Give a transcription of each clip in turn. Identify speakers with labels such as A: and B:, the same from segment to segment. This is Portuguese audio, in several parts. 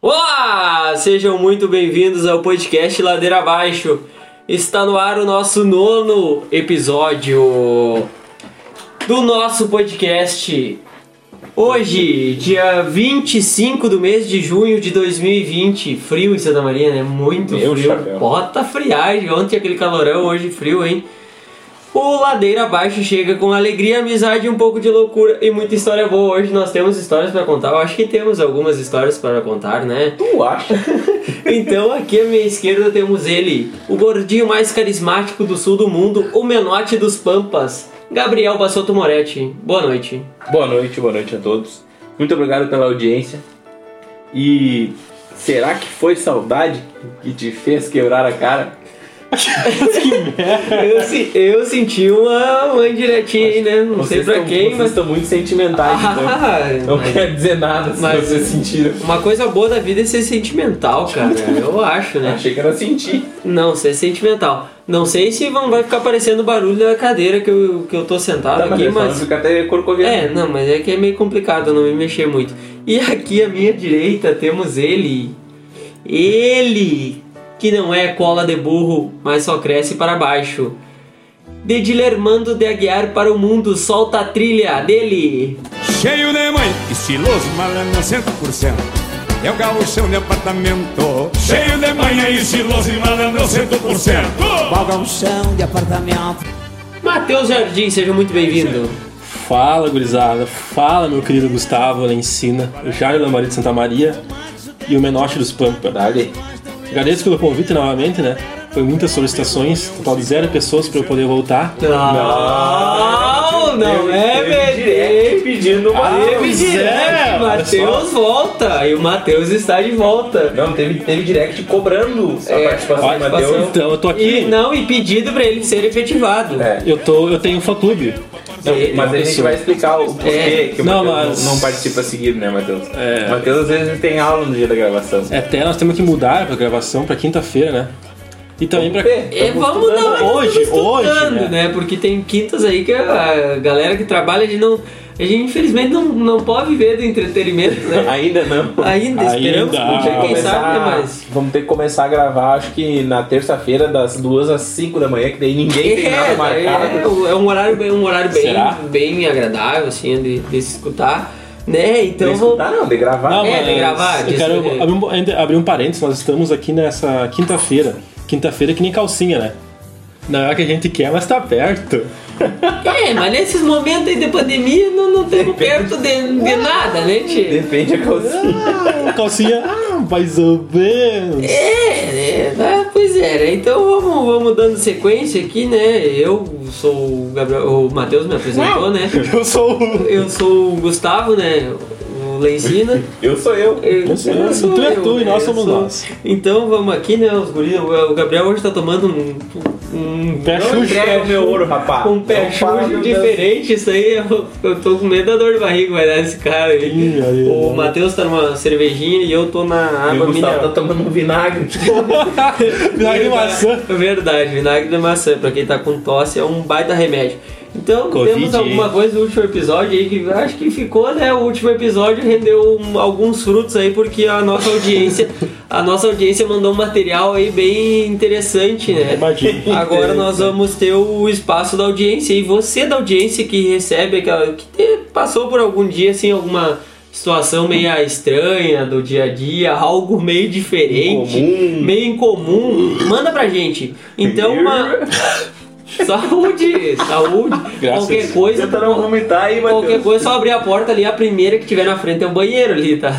A: Olá! Sejam muito bem-vindos ao podcast Ladeira Abaixo. Está no ar o nosso nono episódio do nosso podcast. Hoje, dia 25 do mês de junho de 2020. Frio em Santa Maria, né? Muito
B: Meu
A: frio.
B: chapéu.
A: Bota friagem. Ontem aquele calorão, hoje frio, hein? O Ladeira Abaixo chega com alegria, amizade, um pouco de loucura e muita história boa. Hoje nós temos histórias para contar. Eu acho que temos algumas histórias para contar, né?
B: Tu acha?
A: Então aqui à minha esquerda temos ele, o gordinho mais carismático do sul do mundo, o menote dos Pampas, Gabriel Bassotto Moretti. Boa noite.
B: boa noite, boa noite a todos. Muito obrigado pela audiência. E será que foi saudade que te fez quebrar a cara?
A: Eu, se- eu senti uma, uma indiretinha aí, né? Não sei
B: Vocês
A: pra
B: tão-
A: quem,
B: Vocês
A: mas.
B: estão muito sentimentais, então. Não
A: mas-
B: quero dizer nada se
A: Mas-
B: vocês sentiram.
A: Uma coisa boa da vida é ser sentimental, cara. Eu acho, né?
B: Achei que era sentir.
A: Não, ser sentimental. Não sei se vão, vai ficar aparecendo o barulho da cadeira que eu, que eu tô sentado
B: Tá, mas
A: aqui,
B: eu tava
A: mas.
B: ficando até corcoviando.
A: É, não, mas é que é meio complicado eu não me mexer muito. E aqui à minha direita temos ele. Ele, que não é cola de burro, mas só cresce para baixo. Dedilermando de Aguiar para o mundo, solta a trilha dele.
C: Cheio de mãe, estiloso, malandro 100%. É o gauchão de apartamento. Cheio de manhã, estiloso e malandro 100%.
D: balcãozão de apartamento.
A: Matheus Jardim, seja muito bem-vindo.
E: Fala, gurizada. Fala, meu querido Gustavo Lencina, o Jairo Lambari de Santa Maria e o Menote dos Pampa.
B: Dali.
E: Agradeço pelo convite novamente, né? Foi muitas solicitações, total de zero pessoas pra eu poder voltar.
A: Não, não é, bebê.
B: Direct pedindo uma.
A: Teve direct, Matheus volta. E o Matheus está de volta.
B: Não, teve, teve direct cobrando a
A: É,
B: participação do
A: participação.
B: Matheus.
E: Então, eu tô
A: E
E: aqui.
A: não, e pedido pra ele ser efetivado.
B: É.
E: Eu, tô, eu tenho um fã-clube.
B: Não, mas a gente vai explicar o porquê
A: É.
B: que o
E: Não,
B: Matheus
E: mas-
B: não, não participa seguido, né, Matheus?
E: É.
B: Matheus às vezes tem aula no dia da gravação.
E: É, Até nós temos que mudar pra gravação pra quinta-feira, né? E também pra.
B: Tá
A: É, vamos dar uma
E: hoje, hoje,
A: estudando, né? Porque tem quintas aí que a galera que trabalha, a gente não. A gente infelizmente não, não pode viver do entretenimento, né?
B: Ainda não.
A: Ainda,
E: Ainda.
A: esperamos que um dia,
E: Vamos
A: quem
B: Começar-
A: sabe, né? Mas.
B: Vamos ter que começar a gravar, acho que na terça-feira, das duas às 5 da manhã, que daí ninguém tem nada marcado.
A: É, é um horário, bem- um horário bem,
E: Será?
A: bem agradável, assim, de, de se escutar, né? Então
B: de
A: vamos.
B: escutar, não, de gravar.
E: Não,
A: É,
E: mas
A: tem que gravar,
E: Eu
A: disso,
E: quero
A: né?
E: abrir um, ainda abrir um parênteses, nós estamos aqui nessa quinta-feira. Quinta-feira é que nem calcinha, né? Não é o que a gente quer, mas tá perto.
A: É, mas nesses momentos aí de pandemia não, não temos perto de, de nada, né, tio?
B: Depende a calcinha.
E: Ah, calcinha, ah, mais ou menos.
A: É, né? Ah, pois é, né? então vamos, vamos dando sequência aqui, né? Eu sou o Gabriel, o Matheus me apresentou, né?
E: Eu sou o.
A: Eu sou o Gustavo, né? O Lencina.
B: Eu sou eu.
A: Eu né?
E: sou eu, tu é tu e nós somos nós.
A: Então vamos aqui, né? Os guris, o o Gabriel hoje tá tomando um. um
E: Pé
B: Não
E: xuxa.
B: entrega É o meu ouro, rapaz.
A: um pé
B: Não fala
A: xuxa
B: meu
A: diferente, isso aí eu, eu tô com medo da dor de barriga, vai dar esse cara aí.
E: Ih, aí, né?
A: o
E: aí.
A: Matheus tá numa cervejinha e eu tô na
B: Deus. E o
A: água
B: Gustavo
A: mineral.
B: tá tomando um vinagre.
E: Vinagre de maçã.
A: Verdade, vinagre de maçã, pra quem tá com tosse, é um baita remédio. Então,
E: Covid,
A: temos alguma
E: hein?
A: coisa do último episódio aí que acho que ficou, né? O último episódio rendeu um- alguns frutos aí, porque a nossa audiência, a nossa audiência mandou um material aí bem interessante, né?
E: Imagina.
A: Agora nós vamos ter o espaço da audiência e você da audiência que recebe aquela que te- passou por algum dia assim alguma situação meio estranha do dia a dia, algo meio diferente,
B: Incomum.
A: meio incomum, manda pra gente. Então uma saúde, saúde,
E: Graças a
A: qualquer
E: Deus.
A: coisa,
B: Tenta não tá vomitar aí, Matheus.
A: Qualquer coisa, é só abrir a porta ali, a primeira que tiver na frente é o banheiro ali, tá?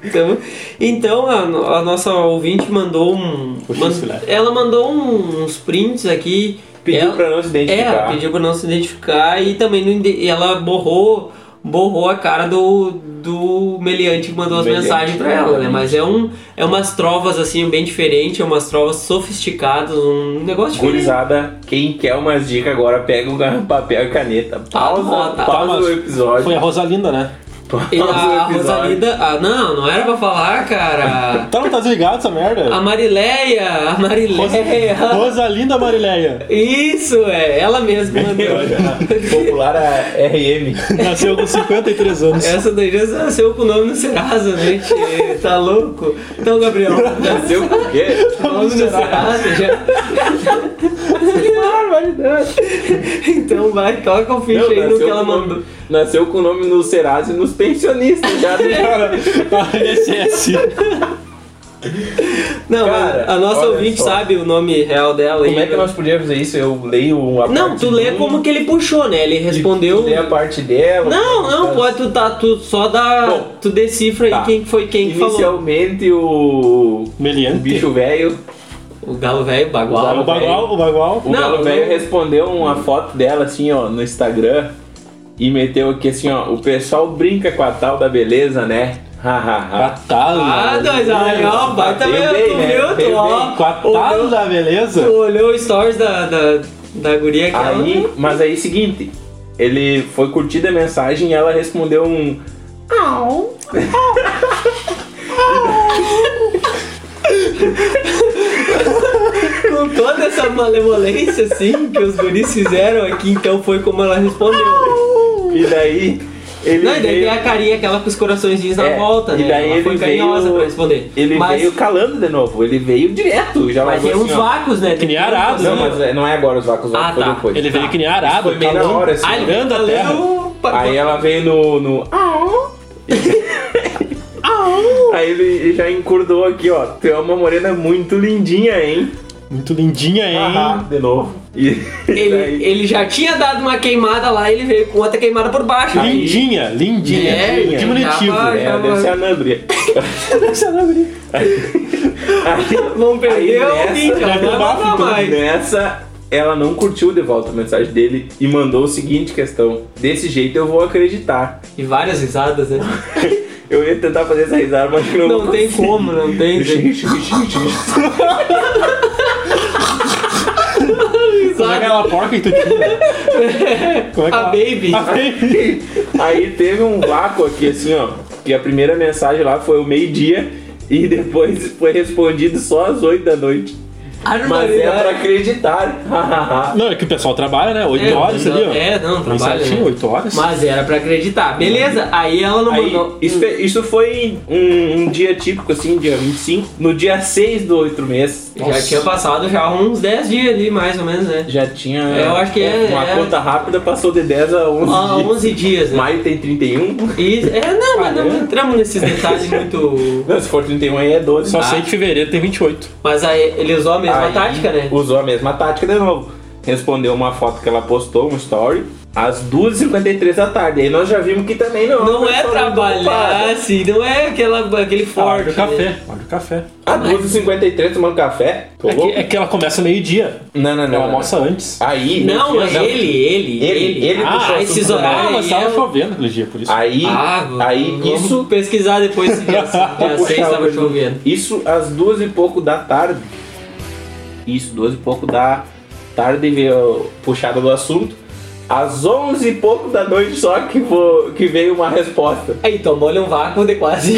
A: Então, então a, no- a nossa ouvinte mandou um.
E: Puxa
A: man-
E: esse filé.
A: ela mandou um- uns prints aqui.
B: Pediu
A: ela,
B: pra não se identificar.
A: É, ela pediu pra não se identificar e também não ide- ela borrou, borrou a cara do, do meliante que mandou as
B: Meliante,
A: mensagens pra ela, né?
B: né?
A: Mas é, um, é umas trovas assim, bem diferente, é umas trovas sofisticadas, um negócio diferente.
B: Gurizada, quem quer umas dicas agora, pega um papel e caneta. Pausa,
A: Anota.
B: pausa
E: Tá, mas
B: o episódio.
E: Foi a Rosalinda, né?
A: E
B: Próximo
A: a
B: episódio.
A: Rosalinda. Ah, não, não era pra falar, cara.
E: Tá, não tá desligado essa merda?
A: A Marileia, a Marileia.
E: Rosalinda Marileia.
A: Isso, é, ela mesma mandou.
B: Popular é a RM.
E: Nasceu com 53 anos.
A: Essa daí já nasceu com o nome no Serasa, né? tchê? Tá louco? Então, Gabriel, nasceu
B: Nasceu com o quê?
A: com o nome no Serasa já. Então vai, coloca o ficha
B: Não,
A: aí no que ela
B: com o nome-
A: mandou.
B: Nasceu com o nome no Serasa e nos pensionistas já. né?
E: Cara, a INSS.
A: Não,
B: Cara,
A: a nossa
B: olha
A: ouvinte
B: só.
A: sabe o nome real dela aí.
B: Como é que nós podíamos fazer isso? Eu leio uma
A: Não,
B: parte
A: tu lê como que ele puxou, né? Ele respondeu.
B: Lê a parte dela.
A: Não, não, pode, tu, tá, tu só dá.
B: Bom,
A: tu decifra
B: tá.
A: aí quem que foi quem que falou.
B: Inicialmente o. O
E: Meliante.
B: bicho velho.
A: O galo velho,
E: O
A: bagual.
E: bagual, o bagual.
B: O
A: Não,
B: galo
A: não.
B: velho respondeu uma foto dela assim, ó, no Instagram. E meteu aqui assim, ó. O pessoal brinca com a tal da beleza, né? Hahaha.
A: Ah,
E: Catala.
A: dois, aí, ó, baita
B: Deu
A: mesmo,
B: bem,
A: tu
B: né?
A: viu? Tu,
B: Deu
A: ó,
B: bem.
A: olhou,
E: Catala,
A: tu
E: beleza?
A: olhou o stories da, da, da guria que
B: Aí, mas aí é seguinte, ele foi curtida a mensagem e ela respondeu um. "Au".
A: com toda essa malevolência assim que os guris fizeram aqui, então foi como ela respondeu.
B: E daí ele
A: Não, e daí tem
B: veio.
A: a carinha aquela com os coraçõezinhos na
B: É,
A: volta, né?
B: E daí
A: ela
B: ele
A: foi
B: veio,
A: carinhosa pra responder.
B: Ele
A: mas,
B: veio calando de novo, ele veio direto. Já
A: mas tem
B: largou
A: uns
B: assim, ó.
A: vácuos, né?
E: Que
A: Tem
E: nem arado,
A: uns
B: Não,
E: né?
A: vácuos.
B: mas é- não é agora os vácuos, os
A: Ah,
B: vácuos
A: tá.
B: foi depois.
E: Ele veio que nem arado.
B: Foi bem na
E: calando.
B: hora, assim.
A: Ah, ele
E: Grande a terra.
A: valeu.
B: Aí ela veio no. no
A: Ah.
B: "Au". Aí ele já encurtou aqui, ó. Tu é uma morena muito lindinha, hein?
E: Muito lindinha,
B: Haha,
A: Ah,
E: hein?
B: de novo. E daí-
A: Ele, ele já tinha dado uma queimada lá, ele veio com outra queimada por baixo.
B: Aí-
E: Lindinha, lindinha.
A: É,
E: Diminutivo.
A: tava-
B: É, deve ser a Nambria.
A: Vamos perder
B: Aí
A: o
B: nessa, tá
A: ouvinte,
E: já
A: ela então, não vai
E: acabava
A: mandar
E: tudo,
B: né?
A: mais.
B: Nessa, ela não curtiu de volta a mensagem dele e mandou o seguinte questão. Desse jeito eu vou acreditar.
A: E várias risadas, né?
B: Eu ia tentar fazer essa risada, mas não,
A: Não tem como, não tem jeito.
E: Como é que
A: Risada.
E: aquela porca que tu tinha? Como é que
A: A
E: ela-
A: baby.
E: A baby.
B: Aí teve um vácuo aqui, assim, ó. E a primeira mensagem lá foi o meio-dia e depois foi respondido só às 8 da noite. Mas é pra
A: Armaridade.
B: acreditar.
E: Não, é que o pessoal trabalha, né? 8 horas ali, ó.
A: É, não,
E: Bem
A: trabalha.
E: certinho,
A: né?
E: 8 horas.
A: Mas era pra acreditar. Beleza, aí ela não
B: Aí,
A: mandou.
B: isso, fe- isso foi um, um dia típico, assim, dia 25. No dia 6 do outro mês,
A: Já tinha passado já uns 10 dias ali, mais ou menos, né?
B: já tinha
A: É, eu acho que é-
B: uma
A: é.
B: conta rápida, passou de 10 a 11
A: Ah,
B: dias.
A: 11 dias, né?
B: Maio tem 31.
A: E, é, não, mas não
B: Caramba.
A: entramos nesses detalhes muito.
B: Não, se for 31 aí é 12.
E: Só
B: Ah,
E: sei que fevereiro tem 28.
A: Mas aí ele usou a mesma
B: Aí
A: tática, né?
B: Usou a mesma tática de novo. Respondeu uma foto que ela postou, um story, às 2h53 da tarde. Aí nós já vimos que também não. Ah,
A: Não é
B: pessoa muito
A: trabalhar
B: ocupada.
A: assim, não é aquela, aquele
E: Olha
A: forte. né?
E: o café. Olha o café.
B: Às 2h53 tomando café? Tô
E: É que,
B: louco?
E: é que ela começa meio-dia.
B: Não, não, não.
E: Ela
B: não,
E: almoça antes.
B: não. Aí.
A: É Não, é-
B: meu
A: mas
B: filho,
A: ele, ele,
B: Ele-
A: ele.
B: ele puxou
A: ah,
B: Ah, o
A: esses
B: assunto também.
E: Ah,
A: horários.
E: mas
A: aí
E: tava
A: eu-
E: chovendo aquele dia, por isso.
B: Aí.
A: Ah, vamos-
B: aí
A: vamos
B: isso.
A: pesquisar depois se dia, dia
B: Vou puxar
A: 6 tava
B: hoje.
A: chovendo.
B: Isso às duas e pouco da tarde. Isso, duas e pouco da tarde, veio a puxada do assunto. Às onze e pouco da noite só que, vou, que veio uma resposta.
A: Aí tomou-lhe um vácuo de quase.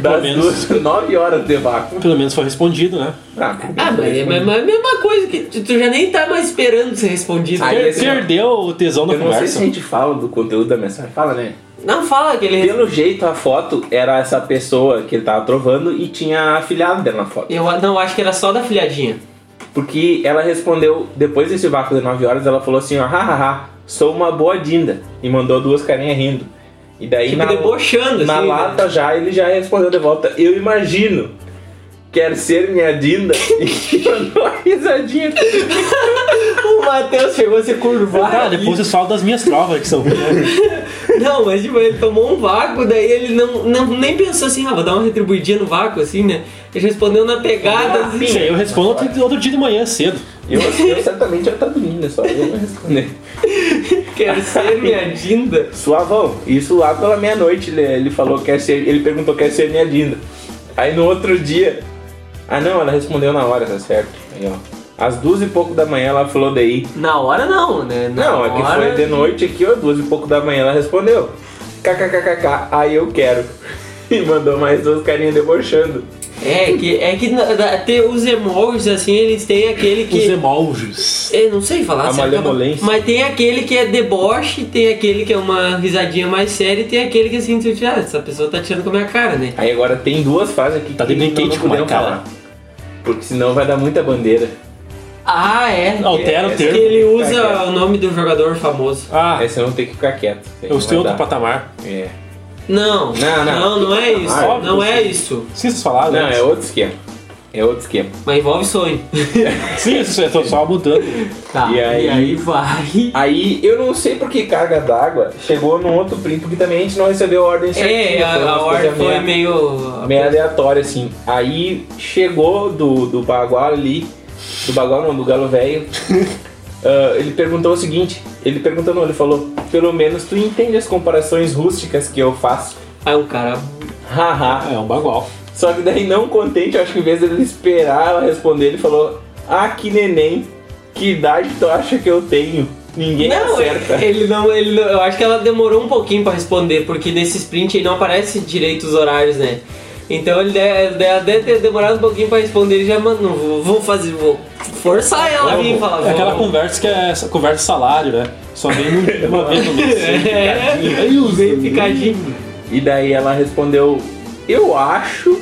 B: Das
E: menos.
B: duas, nove horas de vácuo.
E: Pelo menos foi respondido, né?
B: Ah,
A: Ah, mas é mas é a mesma coisa que tu, tu já nem tá mais esperando ser respondido. né?
B: Aí é
A: Per-
B: esse-
E: Perdeu o tesão da
B: eu não sei
E: conversa.
B: se a gente fala do conteúdo da mensagem. Fala, né?
A: Não fala que ele.
B: Pelo jeito, a foto era essa pessoa que ele tava trovando e tinha a afilhada dela na foto.
A: Eu a- não acho que era só da filhadinha.
B: Porque ela respondeu, depois desse vácuo de 9 horas, ela falou assim, ó, hahaha, sou uma boa dinda. E mandou duas carinhas rindo. E daí
A: Tipo,
B: na,
A: debochando,
B: na
A: assim, né?
B: lata já, ele já respondeu de volta, eu imagino, quer ser minha dinda? e mandou uma risadinha.
A: O Matheus chegou a se curvar.
B: Ah,
E: Cara, depois eu falo das minhas provas que são.
A: Não, mas tipo, ele tomou um vácuo, daí ele não, não nem pensou assim, ah, vou dar uma retribuidinha no vácuo, assim, né? Ele respondeu na
B: Ah,
A: pegada, assim.
E: Isso aí eu respondo outro, outro dia de manhã cedo.
B: Eu, eu certamente já tá dormindo, só eu vou responder.
A: Quero ser minha dinda.
B: Suavão, isso lá pela meia-noite, ele, ele falou, quer ser, ele perguntou, quer ser minha dinda. Aí no outro dia, ah não, ela respondeu na hora, tá certo? Aí ó. Às duas e pouco da manhã ela falou daí,
A: Na hora não, né? Na
B: Não, é que
A: hora-
B: foi de noite aqui, ó, duas e pouco da manhã ela respondeu. kkkk, aí eu quero. E mandou mais duas carinhas debochando.
A: É que, é que na- da- tem os emojis, assim, eles têm aquele
E: Os
A: que.
E: emojis.
A: Eu É, não sei falar
B: A
A: certo,
B: malemolência.
A: Mas tem aquele que é deboche, tem aquele que é uma risadinha mais séria e tem aquele que assim, tu diz, ah, essa pessoa tá tirando com a minha cara, né?
B: Aí agora tem duas frases aqui
E: Tá
B: que
E: de
B: não
E: brinquedo com a
B: puderam
E: cara.
B: falar. Porque senão vai dar muita bandeira.
A: Ah, é.
E: Altera o
A: Que
E: termo.
A: ele
B: Tá,
A: usa o nome do jogador famoso.
E: Ah,
B: Aí você não tem que ficar quieto. Aí
E: eu
B: não
E: estou em
B: vai dar.
E: outro patamar.
B: É.
A: Não,
B: Não, não.
A: não, não é isso.
B: Ah,
A: não é isso.
E: Sim, vocês falaram?
B: Não,
E: né?
B: é outro esquema. É outro esquema.
A: Mas envolve sonho.
E: Sim, isso, eu tô só mudando.
A: Tá,
B: E aí?
A: e aí vai.
B: Aí eu não sei por que carga d'água chegou num outro print, porque também a gente não recebeu a ordem
A: É,
B: certinha.
A: a, a
B: foi uma coisa
A: ordem foi
B: meia-
A: meio.
B: meio aleatório, assim. Aí chegou do, do Bagual ali, do Bagual não, do Galo Velho. ah, ele perguntou o seguinte: ele perguntou, não, ele falou, pelo menos tu entende as comparações rústicas que eu faço.
A: Aí o Ah, um cara.
B: Haha.
E: É um bagual.
B: Só que daí, não contente, eu acho que em vez dele esperar ela responder, ele falou: Ah, que neném, que idade tu acha que eu tenho? Ninguém
A: Não, é
B: acerta.
A: ele, ele não, ele não- Eu acho que ela demorou um pouquinho pra responder, porque nesse sprint aí não aparece direito os horários, né? Então ele deve, deve, deve ter demorado um pouquinho pra responder, ele já mandou. Vou, vou fazer, vou forçar ela a vir falar.
E: É aquela
A: vou.
E: conversa que é essa conversa salário, né? Só vem no- uma vez no mês.
A: É, bem picadinho.
B: E daí ela respondeu: Eu acho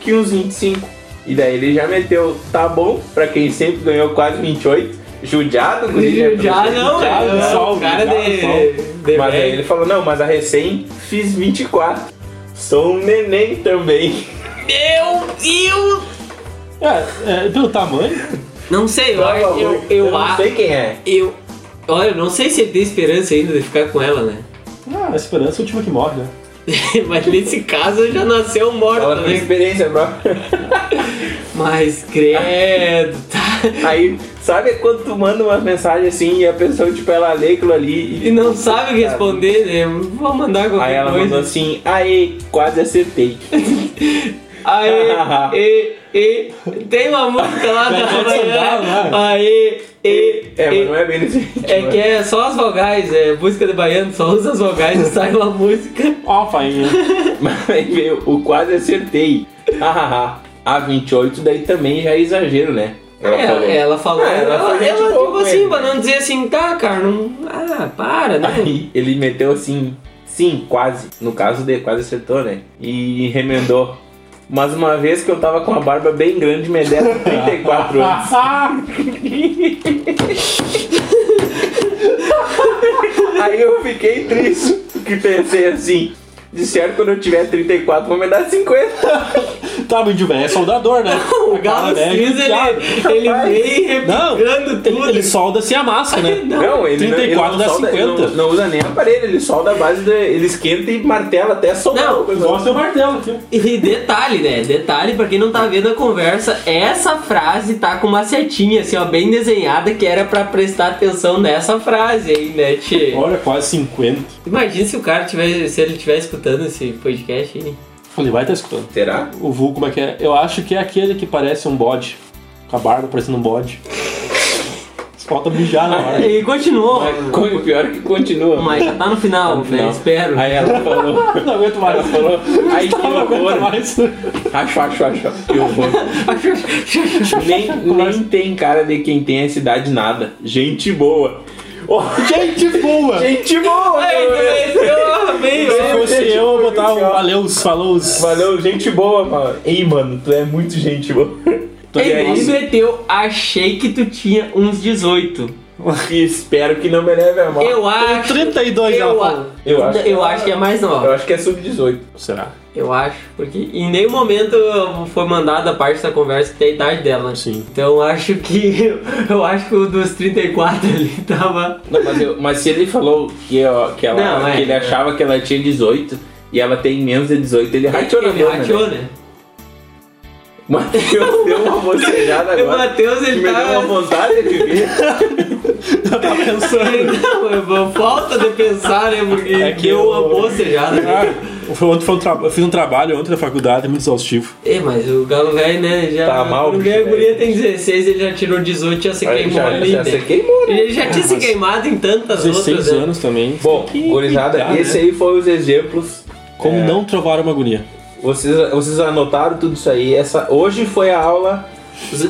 B: que uns 25. E daí ele já meteu: Tá bom, pra quem sempre ganhou quase 28. Judiado, guri, né?
A: Já não,
B: Judiado,
A: é,
B: só
A: o cara
E: já
A: de,
E: sou.
A: de
B: Mas aí
A: velho.
B: ele falou, não, mas a recém fiz 24. Sou um neném também.
A: Meu Deus!
E: É, é, pelo tamanho.
A: Não sei, eu,
B: Por favor,
A: eu, eu,
B: eu não
A: a-
B: sei quem é.
A: Eu. Olha, eu não sei se ele tem esperança ainda de ficar com ela, né?
E: Ah, a esperança é o último que morre, né?
A: Mas nesse caso já nasceu morta,
B: Fala com
A: né?
B: experiência, bro.
A: Mas credo, tá?
B: Aí, sabe quando tu manda uma mensagem assim e a pessoa, tipo, ela lê aquilo ali e.
A: E não sabe responder, né? Vou mandar qualquer
B: Aí ela
A: coisa.
B: mandou assim, aê, quase acertei.
A: Aê, e, e. Tem uma música lá da
E: andar,
A: Havaiana.
E: né?
A: Aê, e,
B: É,
A: e.
B: mas não é bem desse jeito,
A: É
B: né?
A: que é só as vogais, é música de baiano, só usa as vogais e sai uma música.
E: Ó, a fainha.
B: Mas aí veio o quase acertei. Hahaha. A 28 daí também já é exagero, né?
A: É, Ela, falou,
B: Ah,
A: ela,
B: ela
A: ela,
B: foi gente boa
A: tipo
B: com
A: assim,
B: ele. né?
A: pra não dizer assim, tá, cara, não. Ah, para, né?
B: Aí ele meteu assim, sim, quase. No caso dele, quase acertou, né? E remendou. Mas uma vez que eu tava com uma barba bem grande, me deram 34
E: Ah,
B: anos. Aí eu fiquei triste, porque pensei assim, de certo quando eu tiver 34 vou me dar 50.
E: tá, o índio velho é soldador, né?
A: O Galo Cinza, ele, ele
B: Rapaz.
A: vem
E: Não,
A: replicando tudo.
E: ele, ele solda sem a massa, né?
B: Não, ele, não- ele
E: 34
B: não,
E: dá
B: solda- ele
E: 50.
B: Não, não usa nem aparelho, ele solda a base, do, ele esquenta e martela até soltar.
A: Não,
B: o negócio.
E: Mostra o martelo aqui.
A: E detalhe, né? Detalhe, pra quem não tá vendo a conversa, essa frase tá com uma setinha, assim, ó, bem desenhada, que era pra prestar atenção nessa frase aí, né, tchê?
E: Olha, quase 50.
A: Imagina se o cara tiver, se ele estiver escutando esse podcast aí.
E: Falei, vai estar escutando.
B: Será?
E: O vulgo, como é que é? Eu acho que é aquele que parece um bode. Com a barba parecendo um bode. Falta mijar na hora.
A: E continuou,
B: Co- Pior é que continua.
A: mas já tá no final,
B: No
A: né?
B: final.
A: Espero.
B: Aí ela falou,
E: Não aguento
B: ela
E: mais.
B: falou, aí que
E: Não aguento
B: horror.
E: mais.
B: Acho, acho, acho. Que horror. nem, nem tem cara de quem tem essa idade nada. Gente boa. Ô,
E: Gente boa!
B: gente boa!
A: Ai,
B: meu Deus.
A: também, eu amei,
E: Se
A: velho.
E: fosse eu, eu botava um valeus, falows.
B: Valeu, gente boa, mano. Ei, mano, tu é muito gente boa. Tu
A: Ei,
B: é
A: mas
B: isso.
A: meteu, achei que tu tinha uns 18.
B: E espero que não me leve a mal.
A: Eu acho.
E: 32 ela
A: eu,
E: falou.
A: a-
B: Eu acho que-
A: eu acho que é mais
B: Eu
A: nova.
B: acho que é sub-18.
E: Será?
A: Eu acho, porque em nenhum momento foi mandada a parte da conversa que tem a idade dela.
E: Sim.
A: Então eu acho que. Eu acho que o dos 34 ali tava.
B: Não, mas, eu- mas se ele falou que, ó, que, ela,
A: Não, é.
B: que ele achava que ela tinha 18 e ela tem menos de 18, ele rateou na
A: Ele
B: mesma, né?
A: rateou, né?
B: Matheus deu uma bocejada
A: O
B: agora.
A: Matheus,
B: que
A: ele
B: me deu uma
A: tá.
B: vontade de vir.
E: Eu tava
A: assim,
E: pensando.
A: Não, é uma né? falta de pensar, né? Porque
E: É que
A: deu
E: eu-
A: uma bocejada.
E: Ah, Foi, ontem foi um tra- eu fiz um trabalho ontem na faculdade, muito exaustivo.
A: É, mas o Galo velho, né? Já,
B: Tá mal,
A: Quando
B: bicho,
A: a guria
B: velho.
A: tem 16, ele já tirou 18 já se
B: Aí
A: queimou
B: já,
A: ali.
B: já
A: né?
B: se queimou, né?
A: Ele já tinha se queimado em tantas
E: 16
A: outras. né?
E: anos também.
B: Bom,
E: Tem que
B: gurizada,
E: cuidar, né?
B: esse aí foi os exemplos.
E: Como
B: é.
E: não trovar uma agonia.
B: Vocês, vocês anotaram tudo isso aí. Essa, hoje foi a aula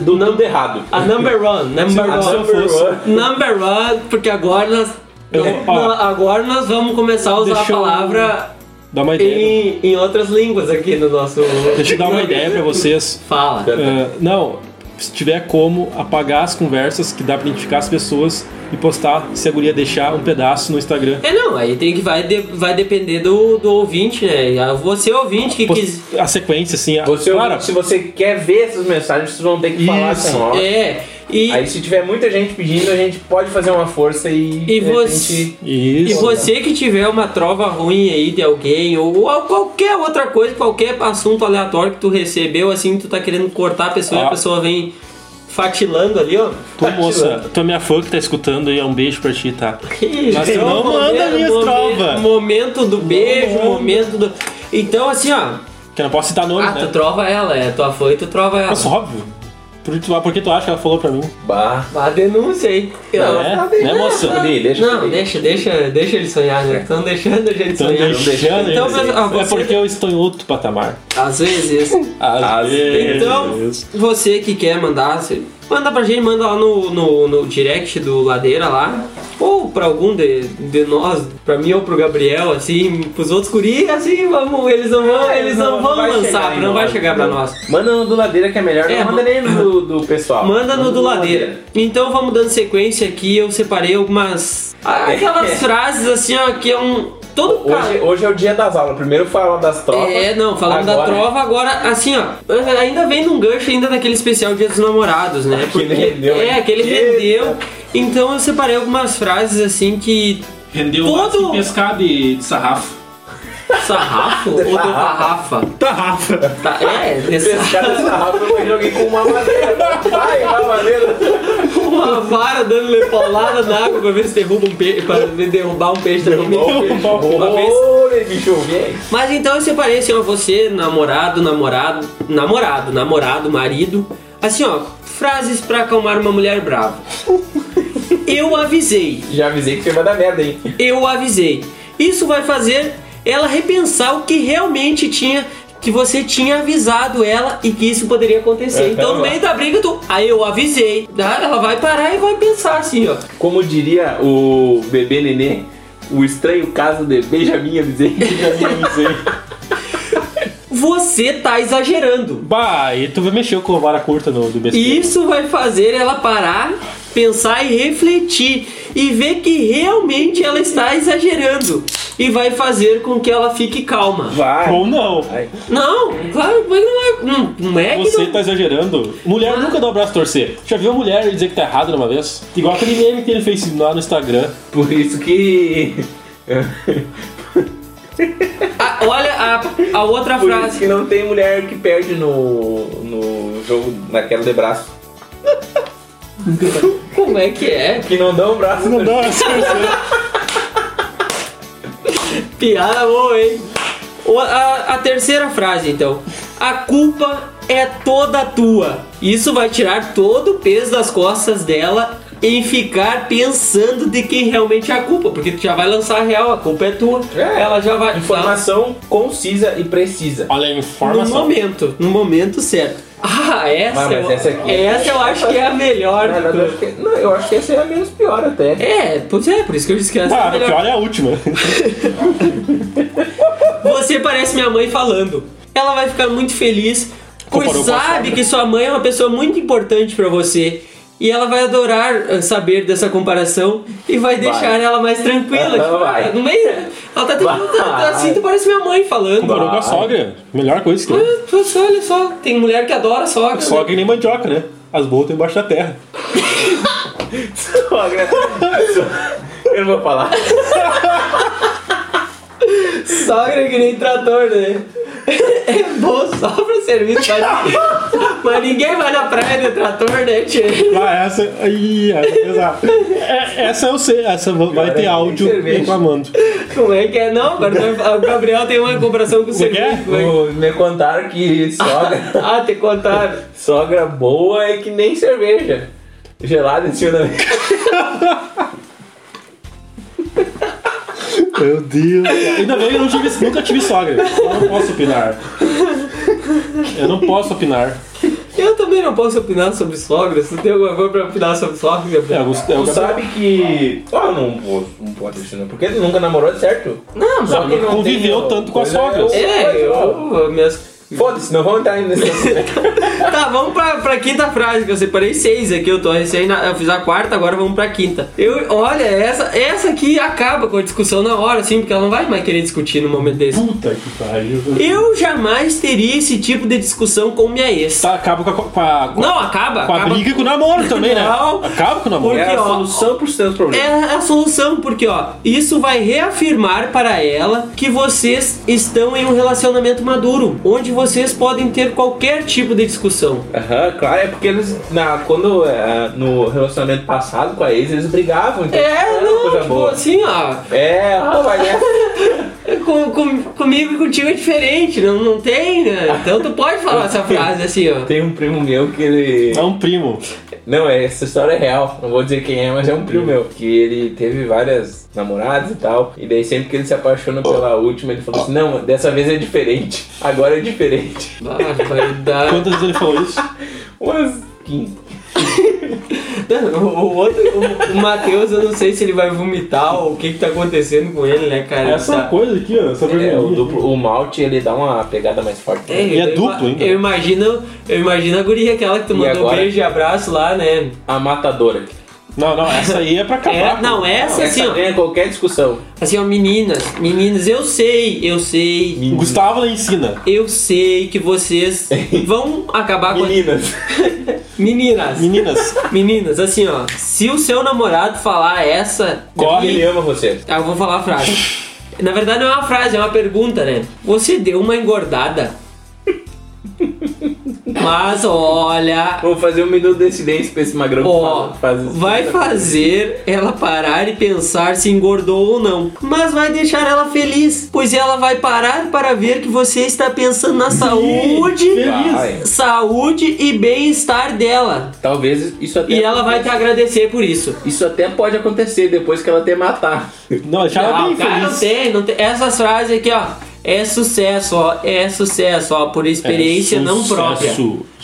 B: do não tudo errado.
A: A number one, number
B: A
A: one.
B: number one.
A: Number one, porque agora nós.
E: Eu-
A: não,
E: ó.
A: agora nós vamos começar a usar
E: Deixa
A: a
E: eu-
A: palavra
E: Dá uma ideia.
A: em, em outras línguas aqui no nosso.
E: Deixa eu dar uma ideia pra vocês.
A: Fala.
E: É, não, se tiver como, apagar as conversas que dá pra identificar as pessoas e postar, se a guria deixar, um pedaço no Instagram.
A: É não, aí tem que vai, de- vai depender do, do ouvinte, né? Você ouvinte que quis.
E: Post- A sequência, assim. A,
B: Você, é
E: claro,
B: ouvinte, se você quer ver essas mensagens, vocês vão ter que falar
E: Isso.
B: com nós.
A: É. E,
B: Aí se tiver muita gente pedindo, a gente pode fazer uma força e,
A: E
B: de repente,
A: você- E
E: Isso.
A: você que tiver uma trova ruim aí de alguém, ou, ou qualquer outra coisa, qualquer assunto aleatório que tu recebeu, assim, tu tá querendo cortar a pessoa e a
E: Ah.
A: pessoa vem fatilando ali, ó.
E: Tu, moça, tu é minha fã que tá escutando aí, é um beijo pra ti, tá?
A: Que
E: Mas
A: é o
E: tu não manda minhas
A: momen-
E: trovas.
A: Momento do beijo,
E: manda.
A: momento do. Então, assim, ó.
E: Que eu não posso citar nome,
A: Ah,
E: né?
A: tu trova ela, é tua fã e tu trova ela.
E: Mas óbvio. Por que, tu, por que tu acha que ela falou pra mim?
B: Bah.
A: Ah, denúncia aí. Não, tá
E: né? Né, moça?
B: Guri, deixa eu
A: não
B: ver.
A: deixa, deixa, deixa ele sonhar, né? Estão deixando a gente
E: Então
A: sonhar.
E: deixando
A: Então,
E: eles
A: mas,
E: aí.
A: ah, você-
E: É porque eu estou em outro patamar. Ah,
A: Às vezes.
E: Às vezes.
A: Então, você que quer mandar, você manda pra gente, manda lá no, no, no direct do Ladeira lá. Ou pra algum de, de nós, pra mim ou pro Gabriel, assim, pros outros curis, assim, vamos, eles não vão, eles não, vão
B: vai
A: lançar,
B: chegar em
A: não vai
B: nós.
A: chegar pra nós.
B: Manda no do ladeira que é melhor,
A: É,
B: não manda
A: ma-
B: nem no do, do pessoal.
A: Manda no do
B: do
A: Ladeira. Então vamos dando sequência aqui, eu separei algumas. ah, Aquelas frases assim, ó, que é um. Todo
B: Hoje,
A: cara.
B: hoje é o dia das aulas. Primeiro fala das trocas.
A: É, não, falando da
B: Agora-
A: trova, agora, assim, ó, ainda vem num gancho ainda daquele especial Dia dos Namorados, né?
B: Aquele rendeu,
A: é,
B: hein?
A: aquele
B: Que-
A: rendeu. Então eu separei algumas frases assim que.
E: Rendeu
A: Todo- laço de
E: pescar de, sarrafo.
A: Sarrafo ou de tarrafa?
E: Tarrafa.
A: Tá, é, desse-
B: Esse cara dessa rapa eu joguei com uma madeira. né? Vai, uma madeira.
A: uma vara dando lepolada na água pra ver se derruba um peixe, pra derrubar um peixe também. Uma vez-
B: Olha, bicho, vem.
A: Mas então eu separei assim, ó, você, namorado, namorado, namorado, namorado, marido. Assim, ó, frases pra acalmar uma mulher brava. Eu avisei,
B: Já avisei que você vai dar merda, hein?
A: eu avisei. Isso vai fazer ela repensar o que realmente tinha, que você tinha avisado ela e que isso poderia acontecer. Então no meio da briga tu, aí eu avisei. Ah, Ela vai parar e vai pensar assim, ó.
B: Como diria o bebê nenê, o estranho caso de Benjamin avisei. Benjamin avisei.
A: Você tá exagerando.
E: Bah, e tu mexeu com a vara curta no, do besteira.
A: Isso vai fazer ela parar, pensar e refletir e ver que realmente ela está exagerando e vai fazer com que ela fique calma.
B: Vai.
E: Ou não.
A: Não, claro, mas não é, não, não é que
E: Você
A: não...
E: tá exagerando. Mulher nunca dá o braço a torcer. Já viu mulher dizer que tá errado uma vez? Igual aquele meme que ele fez lá no Instagram.
B: Por isso que.
A: Ah, olha a, a outra
B: Por isso
A: frase.
B: que não tem mulher que perde no, no jogo na queda de braço.
A: Como é que é?
B: Que não dão um braço.
E: Não dá o braço a torcer.
A: Piada boa, hein? O- A, a terceira frase, então. A culpa é toda tua. Isso vai tirar todo o peso das costas dela em ficar pensando de quem realmente é a culpa, porque tu já vai lançar a real, a culpa é tua.
B: É,
A: Ela já vai.
B: Informação concisa e precisa.
E: Olha a
A: No
E: informação.
A: momento, no momento certo. Ah, essa,
B: Ah, mas
A: eu,
B: essa aqui-
A: essa eu acho que é a melhor.
B: Na verdade, eu acho que- Não, eu acho que essa é a menos pior até.
A: É, pois é, por isso que eu disse que essa é a
E: Ah,
A: melhor.
E: pior é a última.
A: Você parece minha mãe falando. Ela vai ficar muito feliz, pois
E: Comparou com a
B: né?
A: sabe que sua mãe é uma pessoa muito importante pra você. E ela vai adorar eh, saber dessa comparação e vai deixar ela mais tranquila.
B: Ela
A: tipo,
B: vai.
A: ah, No meio, ela tá tentando.
B: Vai.
A: Assim, tu parece minha mãe falando.
E: Comparou com a sogra. Melhor coisa que tem.
A: Ah, pois Olha só, tem mulher que adora sogra.
E: Sogra é nem mandioca, né? As boas estão embaixo da terra.
B: Sogra. Eu não vou falar.
A: né? Sogra é que nem trator, né? É bom só pra serviço, mas, mas ninguém vai na praia de trator, né, tchê?
E: Ah, essa. Ih, essa é pesada. É, essa eu sei, essa vai ter áudio
B: cerveja.
E: reclamando.
A: Como é que é? Não, agora o Gabriel tem uma comparação com o
E: Como que é?
A: serviço. como é que-
B: O- Me contaram que sogra,
A: Ah, te contaram.
B: sogra boa é que nem cerveja. Gelada em cima da mesa.
E: Meu Deus. Ainda bem que eu não tive- nunca tive sogra. Eu não posso opinar. Eu não posso opinar.
A: Eu também não posso opinar sobre sogra. Se tem alguma coisa pra opinar sobre sogra,
E: É,
A: Gabriel?
E: o Gust- é o
B: Tu
E: Gabriel.
B: sabe que. Ah, não, não pode ser, né? Porque tu nunca namorou, certo?
A: Não,
B: Só
A: não.
B: que não
E: conviveu
B: tem-
E: tanto com as
B: coisa é
E: sogras.
B: outra
A: É,
B: coisa,
A: eu.
B: ó.
A: eu- Minhas...
B: Foda-se, não vamos entrar nesse assunto.
A: Tá, vamos pra, pra quinta frase, que eu separei seis aqui. Eu tô recém. na- eu fiz a quarta, agora vamos pra quinta. Eu, olha, essa, essa aqui acaba com a discussão na hora, assim, porque ela não vai mais querer discutir no momento desse.
E: Puta que pariu.
A: Eu jamais teria esse tipo de discussão com minha ex.
E: Tá, acaba com a, com a- com a-
A: Não, acaba.
E: com a
A: acaba
E: briga e com o namoro também, né?
A: Não.
E: Acaba com o namoro.
B: É
A: Porque,
B: a
A: ó,
B: solução pros teus problemas.
A: É a solução, porque ó, isso vai reafirmar para ela que vocês estão em um relacionamento maduro, onde vocês podem ter qualquer tipo de discussão.
B: Aham, claro, é porque eles, na, quando é, no relacionamento passado com a ex, eles brigavam, então não
A: É,
B: era
A: não,
B: coisa
A: tipo
B: boa.
A: assim, ó, é
B: É, ah, vai, né?
A: com, com- comigo e contigo é diferente, não, não tem, né? Então tu pode falar essa frase assim, ó.
B: Tem um primo meu que ele.
E: É um primo.
B: Não, é- essa história é real. Não vou dizer quem é, mas é um primo meu. Que ele teve várias namoradas e tal. E daí sempre que ele se apaixona pela última, ele falou assim: Não, dessa vez é diferente. Agora é diferente.
A: Barbaridade.
E: Quantas vezes ele falou isso?
B: Umas 15.
A: O, o outro, o, o Matheus, eu não sei se ele vai vomitar ou o que que tá acontecendo com ele, né, cara?
E: Essa
A: Tá-
E: coisa aqui, ó. Essa
B: É,
E: vermelhinha.
B: o, duplo, o malte ele dá uma pegada mais forte. né?
A: É,
E: E é
A: eu ima-
E: duplo ainda.
A: Eu imagino, eu imagino a guria aquela que tu
B: E
A: mandou
B: agora?
A: beijo e abraço lá, né?
B: A matadora.
E: Não, não, essa aí é pra acabar.
A: É,
E: pô.
A: não, essa assim, ó.
B: ganha é qualquer discussão.
A: Assim, ó, meninas, meninas, eu sei, eu sei,
E: O Gustavo ela ensina.
A: eu sei que vocês vão acabar com.
B: Meninas.
A: Meninas,
E: Meninas,
A: meninas, assim, ó. Se o seu namorado falar essa.
B: Ele
E: corre.
B: ama você.
A: Ah, eu vou falar a frase. Na verdade, não é uma frase, é uma pergunta, né? Você deu uma engordada. Mas olha,
B: Vou fazer um minuto de silêncio pra esse magrão que
A: Ó,
B: fala- faz isso. né?
A: vai fazer ela parar e pensar se engordou ou não, mas vai deixar ela feliz, pois ela vai parar para ver que você está pensando na saúde,
B: Vai.
A: saúde e bem-estar dela.
B: Talvez isso até.
A: E ela vai te agradecer por isso.
B: Isso até pode acontecer depois que ela ter matar.
E: Não, deixa
A: Não,
E: ela Tá bem
A: Ah, cara, não
E: feliz.
A: tem, não tem. Essas frases aqui, ó. É sucesso, ó. É sucesso, ó. Por experiência
E: É
A: não
E: sucesso.
A: própria.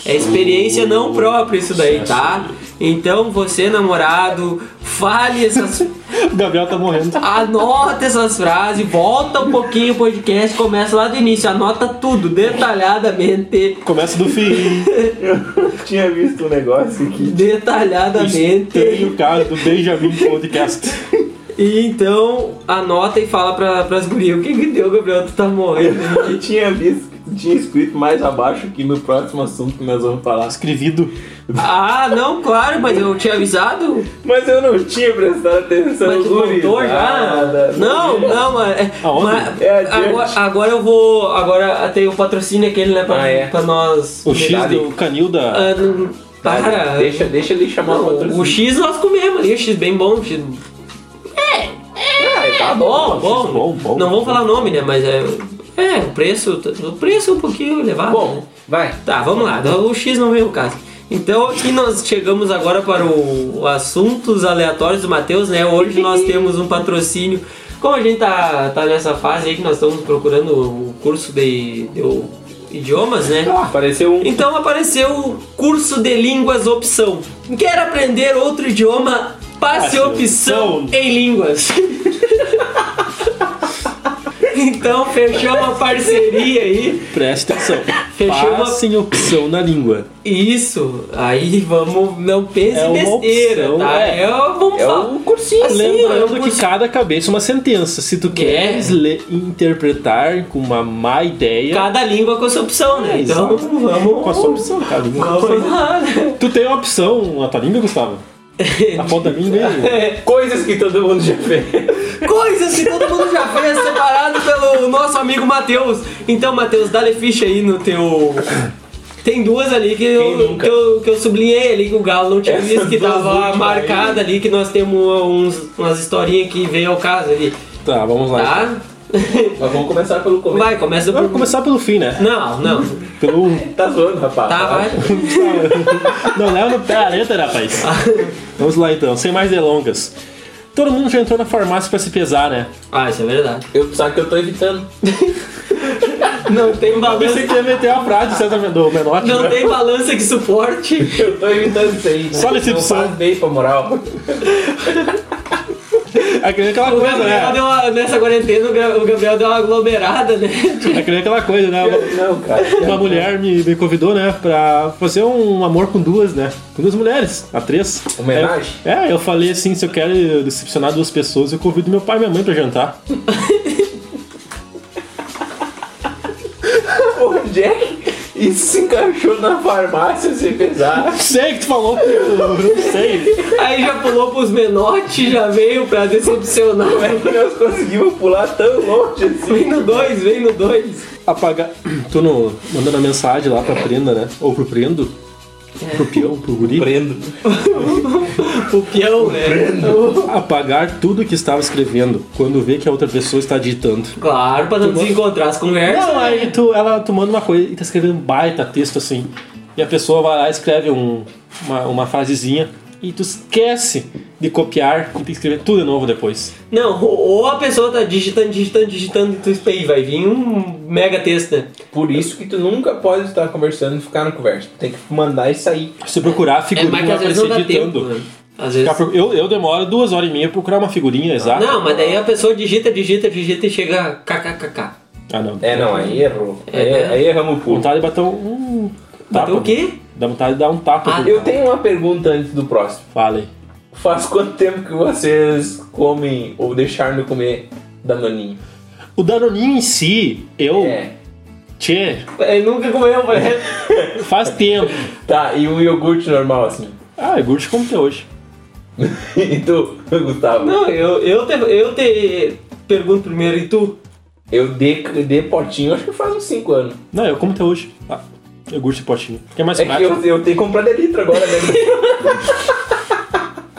A: É experiência não própria isso daí, tá? Então você, namorado, fale essas
E: O Gabriel tá morrendo.
A: Anota essas frases, volta um pouquinho o podcast, começa lá do início, anota tudo detalhadamente.
E: Começa do fim.
B: Eu tinha visto um negócio aqui.
E: Tem
A: Detalhadamente.
E: o caso do Benjamin Podcast.
A: E então, anota e fala pra, pras gurias. O que que deu, Gabriel? Tu tá morrendo.
B: Eu tinha visto, tinha escrito mais abaixo que no próximo assunto que nós vamos falar.
E: Escrevido.
A: Ah, não, claro, mas eu tinha avisado.
B: Mas eu não tinha prestado atenção
A: Mas tu voltou já? Não, não, mas. é-
E: Aonde?
A: mas-
B: É adiante.
A: agora, agora eu vou. Agora tem o patrocínio aquele, né? Pra,
B: Ah, é.
A: pra nós.
E: O X do canil da.
A: Ah, não- para.
B: Deixa, deixa ele chamar o
A: Não,
B: patrocínio.
A: o X nós comemos ali, o X bem bom, o X
B: Ah, tá
A: bom, bom.
E: bom, bom.
A: Não vamos falar nome, né? Mas é. É, o preço. O preço é um pouquinho elevado. né?
B: Bom, vai.
A: Tá, vamos lá. O X não veio o caso. Então aqui nós chegamos agora para o, o assuntos aleatórios do Matheus, né? Hoje nós temos um patrocínio. Como a gente tá, tá nessa fase aí que nós estamos procurando o curso de, de o- idiomas, né?
B: Apareceu um.
A: Então apareceu o curso de línguas opção. Quer aprender outro idioma? Passe
E: Passe
A: opção
E: opção.
A: em línguas. então fechou uma parceria aí.
E: Presta atenção.
A: Fechou uma-
E: Passem opção na língua.
A: Isso, aí vamos, não pense
E: É uma
A: besteira,
E: opção,
A: tá?
E: é.
A: É, vamos
B: É
A: falar.
B: um cursinho.
A: Assim,
E: Lembrando
A: ó,
E: que cada cabeça é uma sentença. Se
A: É.
E: tu queres ler, interpretar com uma má ideia. é
A: cada língua com a sua opção, né? Então
E: exato. com a sua
A: vamos,
E: opção, cara.
A: vamos lá, né?
E: Tu tem uma opção na tua língua, Gustavo? Aponta a língua aí.
A: É.
B: Coisas que todo mundo já fez.
A: Coisas que todo mundo já fez, separado pelo nosso amigo Matheus. Então, Matheus, dá-lhe ficha aí no teu. Tem duas ali que eu,
B: nunca?
A: que, eu, que eu sublinhei ali, que o Galo não tinha visto, que
B: duas
A: tava
B: últimas
A: marcada ali, que nós temos uns, umas historinhas que veio ao caso ali.
E: Tá, vamos lá.
A: Tá?
B: Mas vamos começar pelo começo.
A: Vai, começa
E: Vamos
A: do.
E: começar pelo fim, né?
A: Não, não.
E: Pelo.
B: Tá zoando, rapaz.
A: Tá, vai.
E: Não é leva no planeta, rapaz. Vamos lá então, sem mais delongas. Todo mundo já entrou na farmácia pra se pesar, né?
A: Ah, isso é verdade.
B: Eu, sabe que eu tô evitando.
A: Não tem balança.
E: Pensei que ia meter a frase do César do Menotti.
A: Não
E: né?
A: tem balança que suporte.
B: Eu tô evitando isso aí.
E: Só decepção.
B: Não faz bem pra moral.
E: É que nem aquela
A: O
E: coisa,
A: Gabriel
E: né?
A: deu uma, nessa quarentena, o Gra- o Gabriel deu uma aglomerada, né?
E: É que nem aquela coisa, né?
B: Não, cara.
E: Uma mulher me, me convidou, né, pra fazer um amor com duas, né? Com duas mulheres, a três.
B: Homenagem?
E: É, é, eu falei assim, se eu quero decepcionar duas pessoas, eu convido meu pai e minha mãe pra jantar.
B: Onde é que isso se encaixou na farmácia assim, sem pesar?
E: Ah, Sei que tu falou, eu não sei.
A: Aí já pulou pros menotes, já veio pra decepcionar.
B: Como é que nós conseguimos pular tão longe
A: Vem
B: assim?
A: no 2, vem no 2.
E: Apagar. Tu no, mandando a mensagem lá pra prenda, né? Ou pro prendo.
A: É.
E: Pro peão, pro guri.
B: Prendo.
A: O peão, né?
E: Apagar tudo que estava escrevendo quando vê que a outra pessoa está digitando.
A: Claro, pra não desencontrar as conversas.
E: Não,
A: né?
E: aí tu, ela tu manda uma coisa e tá escrevendo um baita texto assim. E a pessoa vai lá e escreve um- uma, uma frasezinha e tu esquece de copiar e tem que escrever tudo de novo depois.
A: Não, ou a pessoa tá digitando, digitando, digitando, e tu espera aí, vai vir um mega texto, né?
B: Por isso que tu nunca pode estar conversando e ficar na conversa. Tem que mandar e sair.
E: Se procurar a
A: É,
E: figurinha,
A: mas que às
E: vai
A: vezes não
E: aparecer
A: dá tempo,
E: digitando.
A: né? Às vezes.
E: Eu, eu demoro duas horas e meia pra procurar uma figurinha exata.
A: Ah, Não, mas daí a pessoa digita, digita, digita e chega kkkk.
E: Ah, não.
B: É, não, aí errou. Aí,
A: É.
B: aí erramos o pulo.
E: Vontade de bater um. um tapa.
A: Bateu o quê?
E: Dá vontade de dar um tapa.
A: Ah,
E: aqui.
B: Eu tenho uma pergunta antes do próximo.
E: Falei.
B: Faz quanto tempo que vocês comem ou deixaram de comer danoninho?
E: O Danoninho em si, eu.
B: É.
E: Tchê,
A: Ele É, nunca comeu, velho.
E: faz tempo.
B: Tá, e um iogurte normal assim?
E: Ah, é Gurt como até hoje.
B: e tu, Gustavo?
A: Não, eu, eu, te, eu te pergunto primeiro, e tu?
B: Eu dei, dei potinho, acho que faz uns 5 anos.
E: Não, eu como até hoje. Ah, eu Gurt e potinho. Que é mais
B: É que
E: prático.
B: eu, eu tenho que comprar de litro agora, né?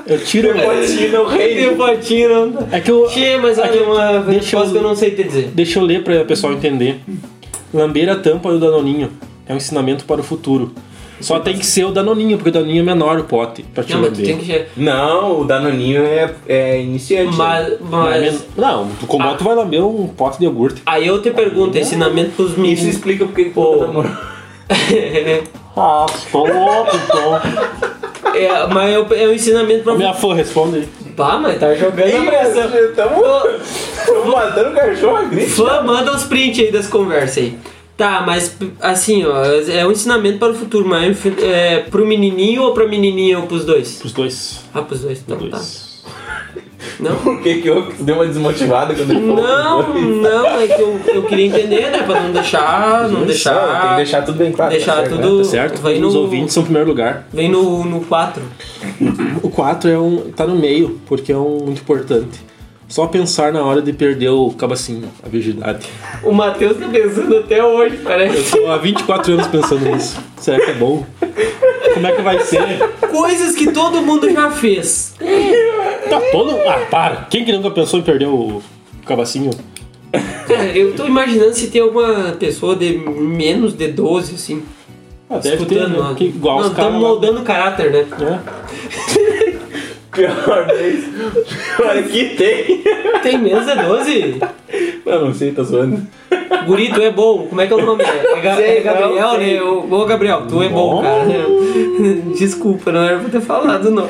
E: Eu tiro.
B: potinho não
A: Tem
B: rei.
A: o patinho, não
E: É que eu.
A: Tchê, mas olha, uma
E: deixa
A: resposta
E: eu-
A: que eu não sei te dizer.
E: Deixa eu ler pra o pessoal entender. Lamber a tampa do Danoninho é um ensinamento para o futuro. Só tem que ser o Danoninho, porque o Danoninho é menor o pote pra te
A: Não, mas tu
E: lamber.
A: tem que... che-
B: Não, o Danoninho é, é iniciante. né?
A: Mas,
E: Não, é
A: mas...
E: men- Não, tu como é que tu vai lamber um pote de iogurte.
A: Aí eu te pergunto, ensinamento pros
B: Isso
A: meninos.
B: explica porque
A: Pô.
B: tu namorou.
E: Ah, estou louco, então.
A: é, mas é o, é o ensinamento pra...
E: Minha fã, responde aí.
A: Pá, mas tá jogando a pressão.
B: Estamos matando cachorro a grito.
A: Fã, manda os prints aí das conversas aí. Tá, mas assim, ó, é um ensinamento para o futuro, mas é pro menininho ou pra menininha ou pros dois?
E: Os dois.
A: Ah, pros dois, então tá.
E: dois.
A: Não?
B: Por que que eu deu uma desmotivada quando ele falou?
A: Não, não, é que eu, eu queria entender, né? Pra não deixar, não
B: Não, tem que
A: deixar.
B: deixar tudo bem claro.
A: Deixar
B: tá certo,
A: tudo-
B: né?
E: Tá certo?
A: Vai
E: Os
A: no-
E: ouvintes são em primeiro lugar.
A: Vem no, no 4.
E: O 4 é um. tá no meio, porque é um muito importante. Só pensar na hora de perder o cabacinho, a virgindade.
A: O Matheus tá pensando até hoje, parece.
E: Tô há 24 anos pensando nisso. Será que é bom? Como é que vai ser?
A: Coisas que todo mundo já fez.
E: Tá todo. Ah, para! Quem que nunca pensou em perder o cabacinho?
A: Cara, eu tô imaginando se tem alguma pessoa de menos de 12, assim,
E: Ah, deve ter,
A: escutando.
E: né?
A: ó.
E: Que igual
A: Nós
E: os caras.
A: estamos moldando o caráter, né?
E: lá, né?
B: Pior vez. Pior que tem.
A: Tem menos de 12?
B: Não, não sei, tá zoando.
A: Guri, tu é bom. Como é que é o nome? É, Ga-
B: Sei,
A: é Gabriel,
B: não, sei.
A: né? Ô, ô, Gabriel, tu é bom, cara. Desculpa, não era pra ter falado, não.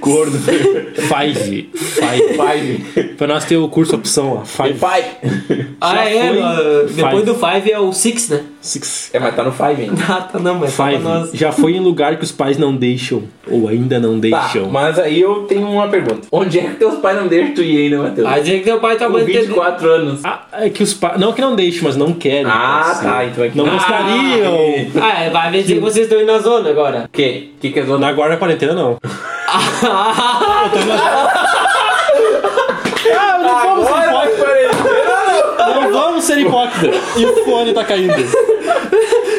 B: Gordo.
E: Five. Five.
B: Five.
E: pra nós ter o curso opção lá. Five.
B: Pai.
A: Ah, é?
E: foi
A: no- depois
E: five.
A: do 5 é o 6, né?
E: Six.
B: É, mas tá no five ainda.
A: Ah, tá, não, mas só pra
E: Five.
A: nós.
E: Já foi em lugar que os pais não deixam. Ou ainda não
B: Tá,
E: deixam.
B: mas aí eu tenho uma pergunta. Onde é que teus pais não deixam tu ir ainda, Matheus?
A: Ah, dizer que teu pai tá
B: Com
A: mãe teve-
B: 24 anos.
E: Ah, é que os pais. Não que não deixam, mas não querem.
B: Ah,
E: assim.
B: tá, então é que-
E: Não
B: Ah,
E: gostariam.
A: Ah, é, vai ver se vocês estão indo na zona agora.
B: O quê? O que que é
E: Na
B: zona?
E: guarda quarentena, não. Eu tô na- Ah, não vamos ser hipócritas. Não vamos ser hipócritas. E o fone tá caindo.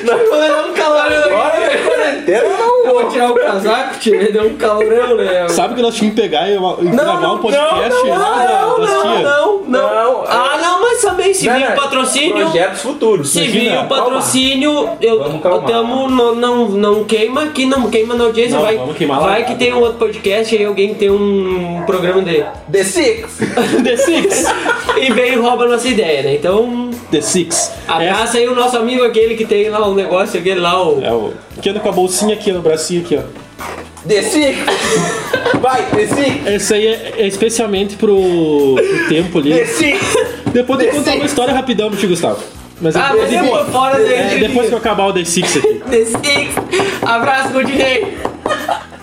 A: Mano, é um calor.
B: Olha, certeza não.
A: Eu vou tirar o casaco, tirei, deu um calorão, né?
E: Sabe que nós tínhamos que pegar e, e gravar um podcast
A: não,
E: lá
A: não,
E: das
A: não, não,
E: tias?
A: não,
B: Não, é-
A: Ah, não, mas também se
B: Não,
A: vir
B: não,
A: o patrocínio.
B: Projetos futuros.
A: Se
B: Imagina,
A: vir o
B: calma.
A: patrocínio, eu,
B: Vamos calmar.
A: eu tamo, não, não, não queima aqui, não queima na audiência,
E: Não,
A: vai,
E: vamos queimar lá.
A: vai que tem um outro podcast aí alguém tem um programa dele.
B: The Six.
E: The Six!
A: E vem e rouba a nossa ideia, né? Então,
E: The Six. Essa
A: abraça aí o nosso amigo aquele que tem lá um negócio, aquele lá, o...
E: é o... Aqui anda com a bolsinha aqui, no bracinho aqui, ó.
B: The Six. Vai, The Six.
E: Essa aí é, é especialmente pro, pro tempo ali.
B: The Six.
E: Depois eu
B: The
E: vou contar uma
B: Six.
E: história rapidão pra ti, Gustavo. Mas
A: Ah,
E: é-
A: mas eu vou fora
E: é,
A: dele.
E: depois que eu acabar o The Six aqui.
A: The Six. Abraço, Continei.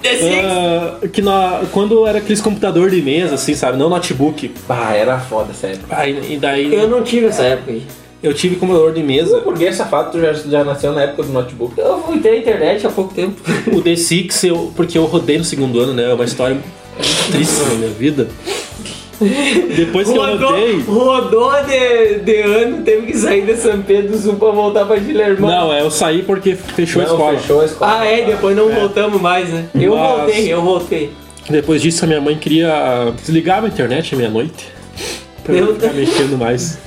A: The Six.
E: Ah, que na, quando era aqueles computador de mesa, assim, sabe? Não notebook.
B: Ah, era foda, sério.
E: Aí, e daí
A: É. Eu não tive essa época aí.
E: eu tive computador de mesa.
B: Por que safado tu já, já nasceu na época do notebook?
A: Eu fui ter internet há pouco tempo.
E: O The Six, eu, porque eu rodei no segundo ano, né? É uma história triste na minha vida. Depois que eu
A: Rodou,
E: rodei.
A: rodou de, de ano, teve que sair de São Pedro do Sul pra voltar pra Gilermão.
E: Não, é, eu saí porque fechou a
B: Não,
E: escola.
B: fechou a escola.
A: Ah, é, depois não voltamos mais, né? Eu
E: Mas-
A: voltei, eu voltei.
E: Depois disso, a minha mãe queria desligar a internet à meia-noite. Pra eu não
A: Meu
E: ficar
A: Deus.
E: mexendo mais.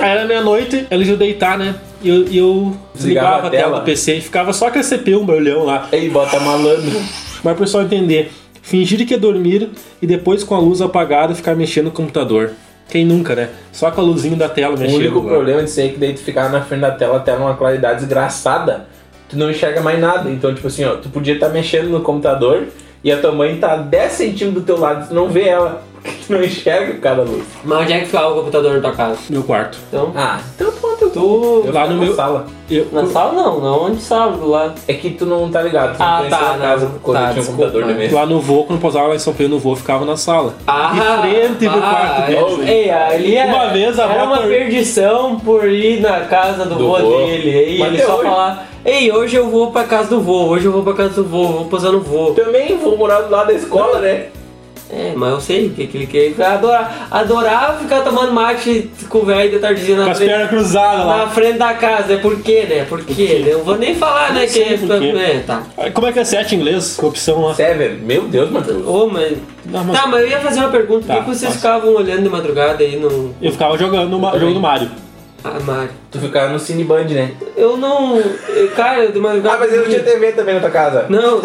E: Aí era meia-noite, ela ia deitar, né? E eu, e eu desligava
B: a
E: a tela
B: tela.
E: do PC e ficava só com a CPU, um barulhão lá.
B: Ei, bota malandro.
E: Mas pro pessoal entender, fingir que é dormir e depois com a luz apagada ficar mexendo no computador. Quem nunca, né? Só com a luzinha da tela
B: O
E: mexendo.
B: único
E: lá.
B: problema disso aí é que daí tu ficava na frente da tela até numa claridade desgraçada, tu não enxerga mais nada. Então, tipo assim, ó, tu podia estar mexendo no computador e a tua mãe tá a 10 centímetros do teu lado, tu não vê ela, porque tu não enxerga o cara da luz.
A: Mas onde é que ficava o computador na tua casa?
E: Meu quarto.
A: Então,
B: Ah, então pronto, eu
A: tu...
B: eu
E: lá
B: ficava
E: no
B: na
E: meu-
B: sala.
E: Eu,
A: Na sala não, não onde sabe, do lado.
B: É que tu não tá ligado, tu
A: Ah,
B: não conheceu
A: tá,
B: a casa
A: não.
B: quando
A: Tá,
B: tinha um
A: desculpa.
B: computador de mesa.
E: lá no voo, quando eu pousava lá em São Pedro no voo, ficava na sala.
A: Ah,
E: de frente pro quarto
A: ah,
E: dele.
A: Ei, ali era,
E: Uma vez a
A: era
E: avó
A: uma
E: acor-
A: perdição por ir na casa do,
B: Do
A: vô,
B: vô.
A: dele. E
B: Mas
A: ele
B: até
A: só
B: hoje.
A: falar, ei, hoje eu vou pra casa do vô, hoje eu vou pra casa do vô, vou posar no vô.
B: Também vou morar do lado da escola, né?
A: É, mas eu sei que aquele que ele adora, adorava ficar tomando mate com o velho de tardezinha
E: Com
A: na
E: as
A: frente,
E: pernas cruzadas lá.
A: na frente da casa. É por quê, né? Por quê? né? Eu vou nem falar, né? Que
E: sei
A: é,
E: por quê.
A: é, tá.
E: Como é que é sete em inglês? Opção lá.
B: Seven, é, meu Deus, Matheus.
A: Ô, mas...
E: Não, mas-
A: Tá, mas eu ia fazer uma pergunta.
E: Tá,
A: Por que vocês
E: passa.
A: ficavam olhando de madrugada aí no
E: Eu ficava jogando o jogo do Mario.
A: armário?
B: Tu ficava no Cineband, né?
A: Eu não... eu- Cara, eu de madrugada...
B: Ah, mas eu tinha TV também na tua casa.
A: Não,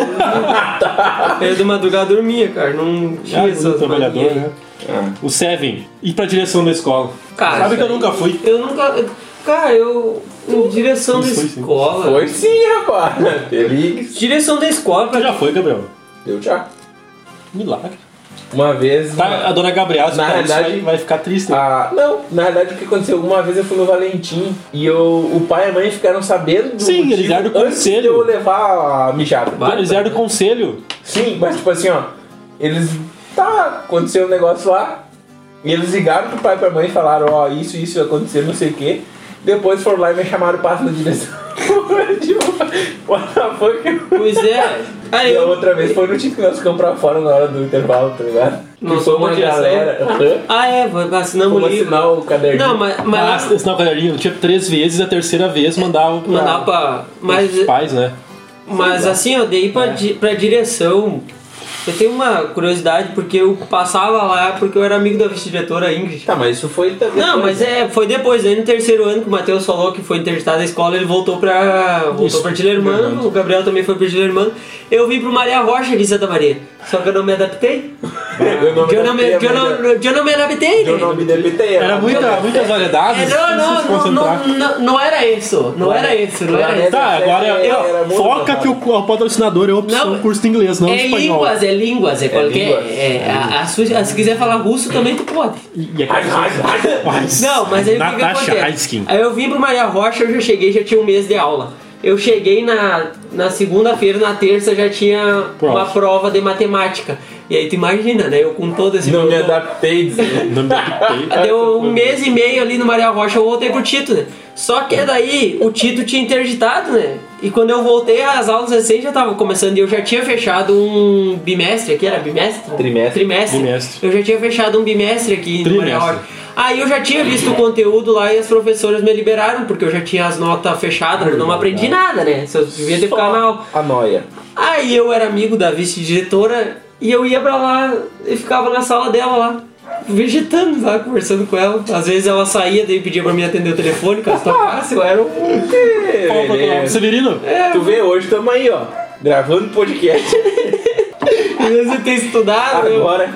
A: eu de madrugada dormia, cara. Não tinha
E: Ah,
A: essas
E: o trabalhador,
A: manias.
E: né? O Seven. Ir pra direção da escola.
A: Ah. Cara,
E: Sabe que
A: isso
E: eu
A: aí-
E: nunca fui.
A: Eu nunca... Cara, eu... Em direção da
E: Isso foi sim.
A: escola...
B: Foi sim, rapaz. Feliz.
A: Direção da escola pra
E: Tu já foi, Gabriel?
B: Deu tchau.
E: Milagre.
B: Uma vez.
E: Tá, a dona Gabriela, se
B: Na
E: falar isso
B: realidade-
E: aí, vai ficar triste. né?
B: Ah, não, na verdade o que aconteceu? Uma vez eu fui no Valentim e eu, o pai e a mãe ficaram sabendo do
E: Sim,
B: motivo
E: eles deram
B: antes de
E: conselho.
B: eu levar a mijada.
E: Pô, Eles eram do conselho.
B: Sim, mas tipo assim, ó, eles. Tá, aconteceu um negócio lá. E eles ligaram pro pai e pra mãe e falaram, ó, isso, isso aconteceu, não sei o quê. Depois foram lá e me chamaram passo na direção. tipo, what the fuck?
A: Pois é. Aí
B: E a
A: eu...
B: outra vez foi no time que nós ficamos pra fora na hora do intervalo, tá ligado? Que
A: Nossa,
B: foi uma
A: uma geração.
B: galera. aham.
A: Ah, é, vou- assinamos
B: Como
A: o livro.
B: assinar o caderninho.
A: Não, mas,
E: Mas
A: mas
E: senão o caderninho tinha três vezes, a terceira vez mandava pra,
A: mandava pra. Mas,
E: os pais, né?
B: é
A: mas assim, ó, daí pra, di- pra direção. Eu tenho uma curiosidade, porque eu passava lá porque eu era amigo da vice-diretora Ingrid.
B: Tá, mas isso foi também.
A: Não, mas é, foi depois, aí no terceiro ano que o Matheus falou que foi interditado da escola, ele voltou pra. voltou
E: Isso,
A: pra Dilermano,
E: verdade.
A: o Gabriel também foi pra Dilermano. Eu vim pro Maria Rocha aqui em Santa Maria. Só que eu não me adaptei.
B: Eu não
A: Que eu não me,
B: adaptei,
A: que eu
B: mas
A: não, que eu não me adaptei,
B: Eu
A: né?
B: não me adaptei.
E: Era muita, muitas
A: É,
E: variedades.
A: não,
E: difícil se
A: não, não,
E: concentrar.
A: não, não, não era isso. Não era isso, não era isso.
E: Tá, agora é-
B: Era- era muito
E: foca
B: tratado.
E: que o, o patrocinador é opção
A: Não,
E: curso de inglês, não de
A: É
E: espanhol.
A: línguas, é línguas, é qualquer.
B: línguas.
A: É, a- a sua- se quiser falar russo também tu pode.
E: E, e
B: Ai,
E: aquelas
B: ai, ai.
E: pais.
A: Não, mas aí o que que
E: Natasha
A: acontece?
E: Heiskin.
A: Aí eu vim pro Maria Rocha, eu já cheguei, já tinha um mês de aula. Eu cheguei na, na segunda-feira, na terça já tinha
E: Prova.
A: uma prova de matemática. E aí tu imagina, né? Eu com todo esse.
B: Não me
A: meu-
B: adaptei, dizer.
E: Não me adaptei.
A: Deu um mês e meio ali no Maria Rocha, eu voltei pro Tito, né? Só que daí o Tito tinha interditado, né? E quando eu voltei, as aulas recentes já estavam começando e eu já tinha fechado um bimestre aqui, era bimestre?
B: Trimestre.
A: Trimestre.
E: Bimestre.
A: Eu já tinha fechado um bimestre aqui no
E: Trimestre.
A: Maria Rocha. Aí eu já tinha visto o conteúdo lá e as professoras me liberaram, porque eu já tinha as notas fechadas, eu não aprendi nada, né? Só devia ter
B: Só
A: canal.
B: A noia.
A: Aí eu era amigo da vice-diretora e eu ia pra lá e ficava na sala dela lá, vegetando lá, conversando com ela. Às vezes ela saía, daí pedia pra mim atender o telefone, caso tocasse, eu era um.
E: Fala pra tu,
A: É.
E: Severino,
B: É, Tu vê, hoje tamo aí, ó. Gravando podcast
A: Às vezes eu tenho estudado. eu-
B: agora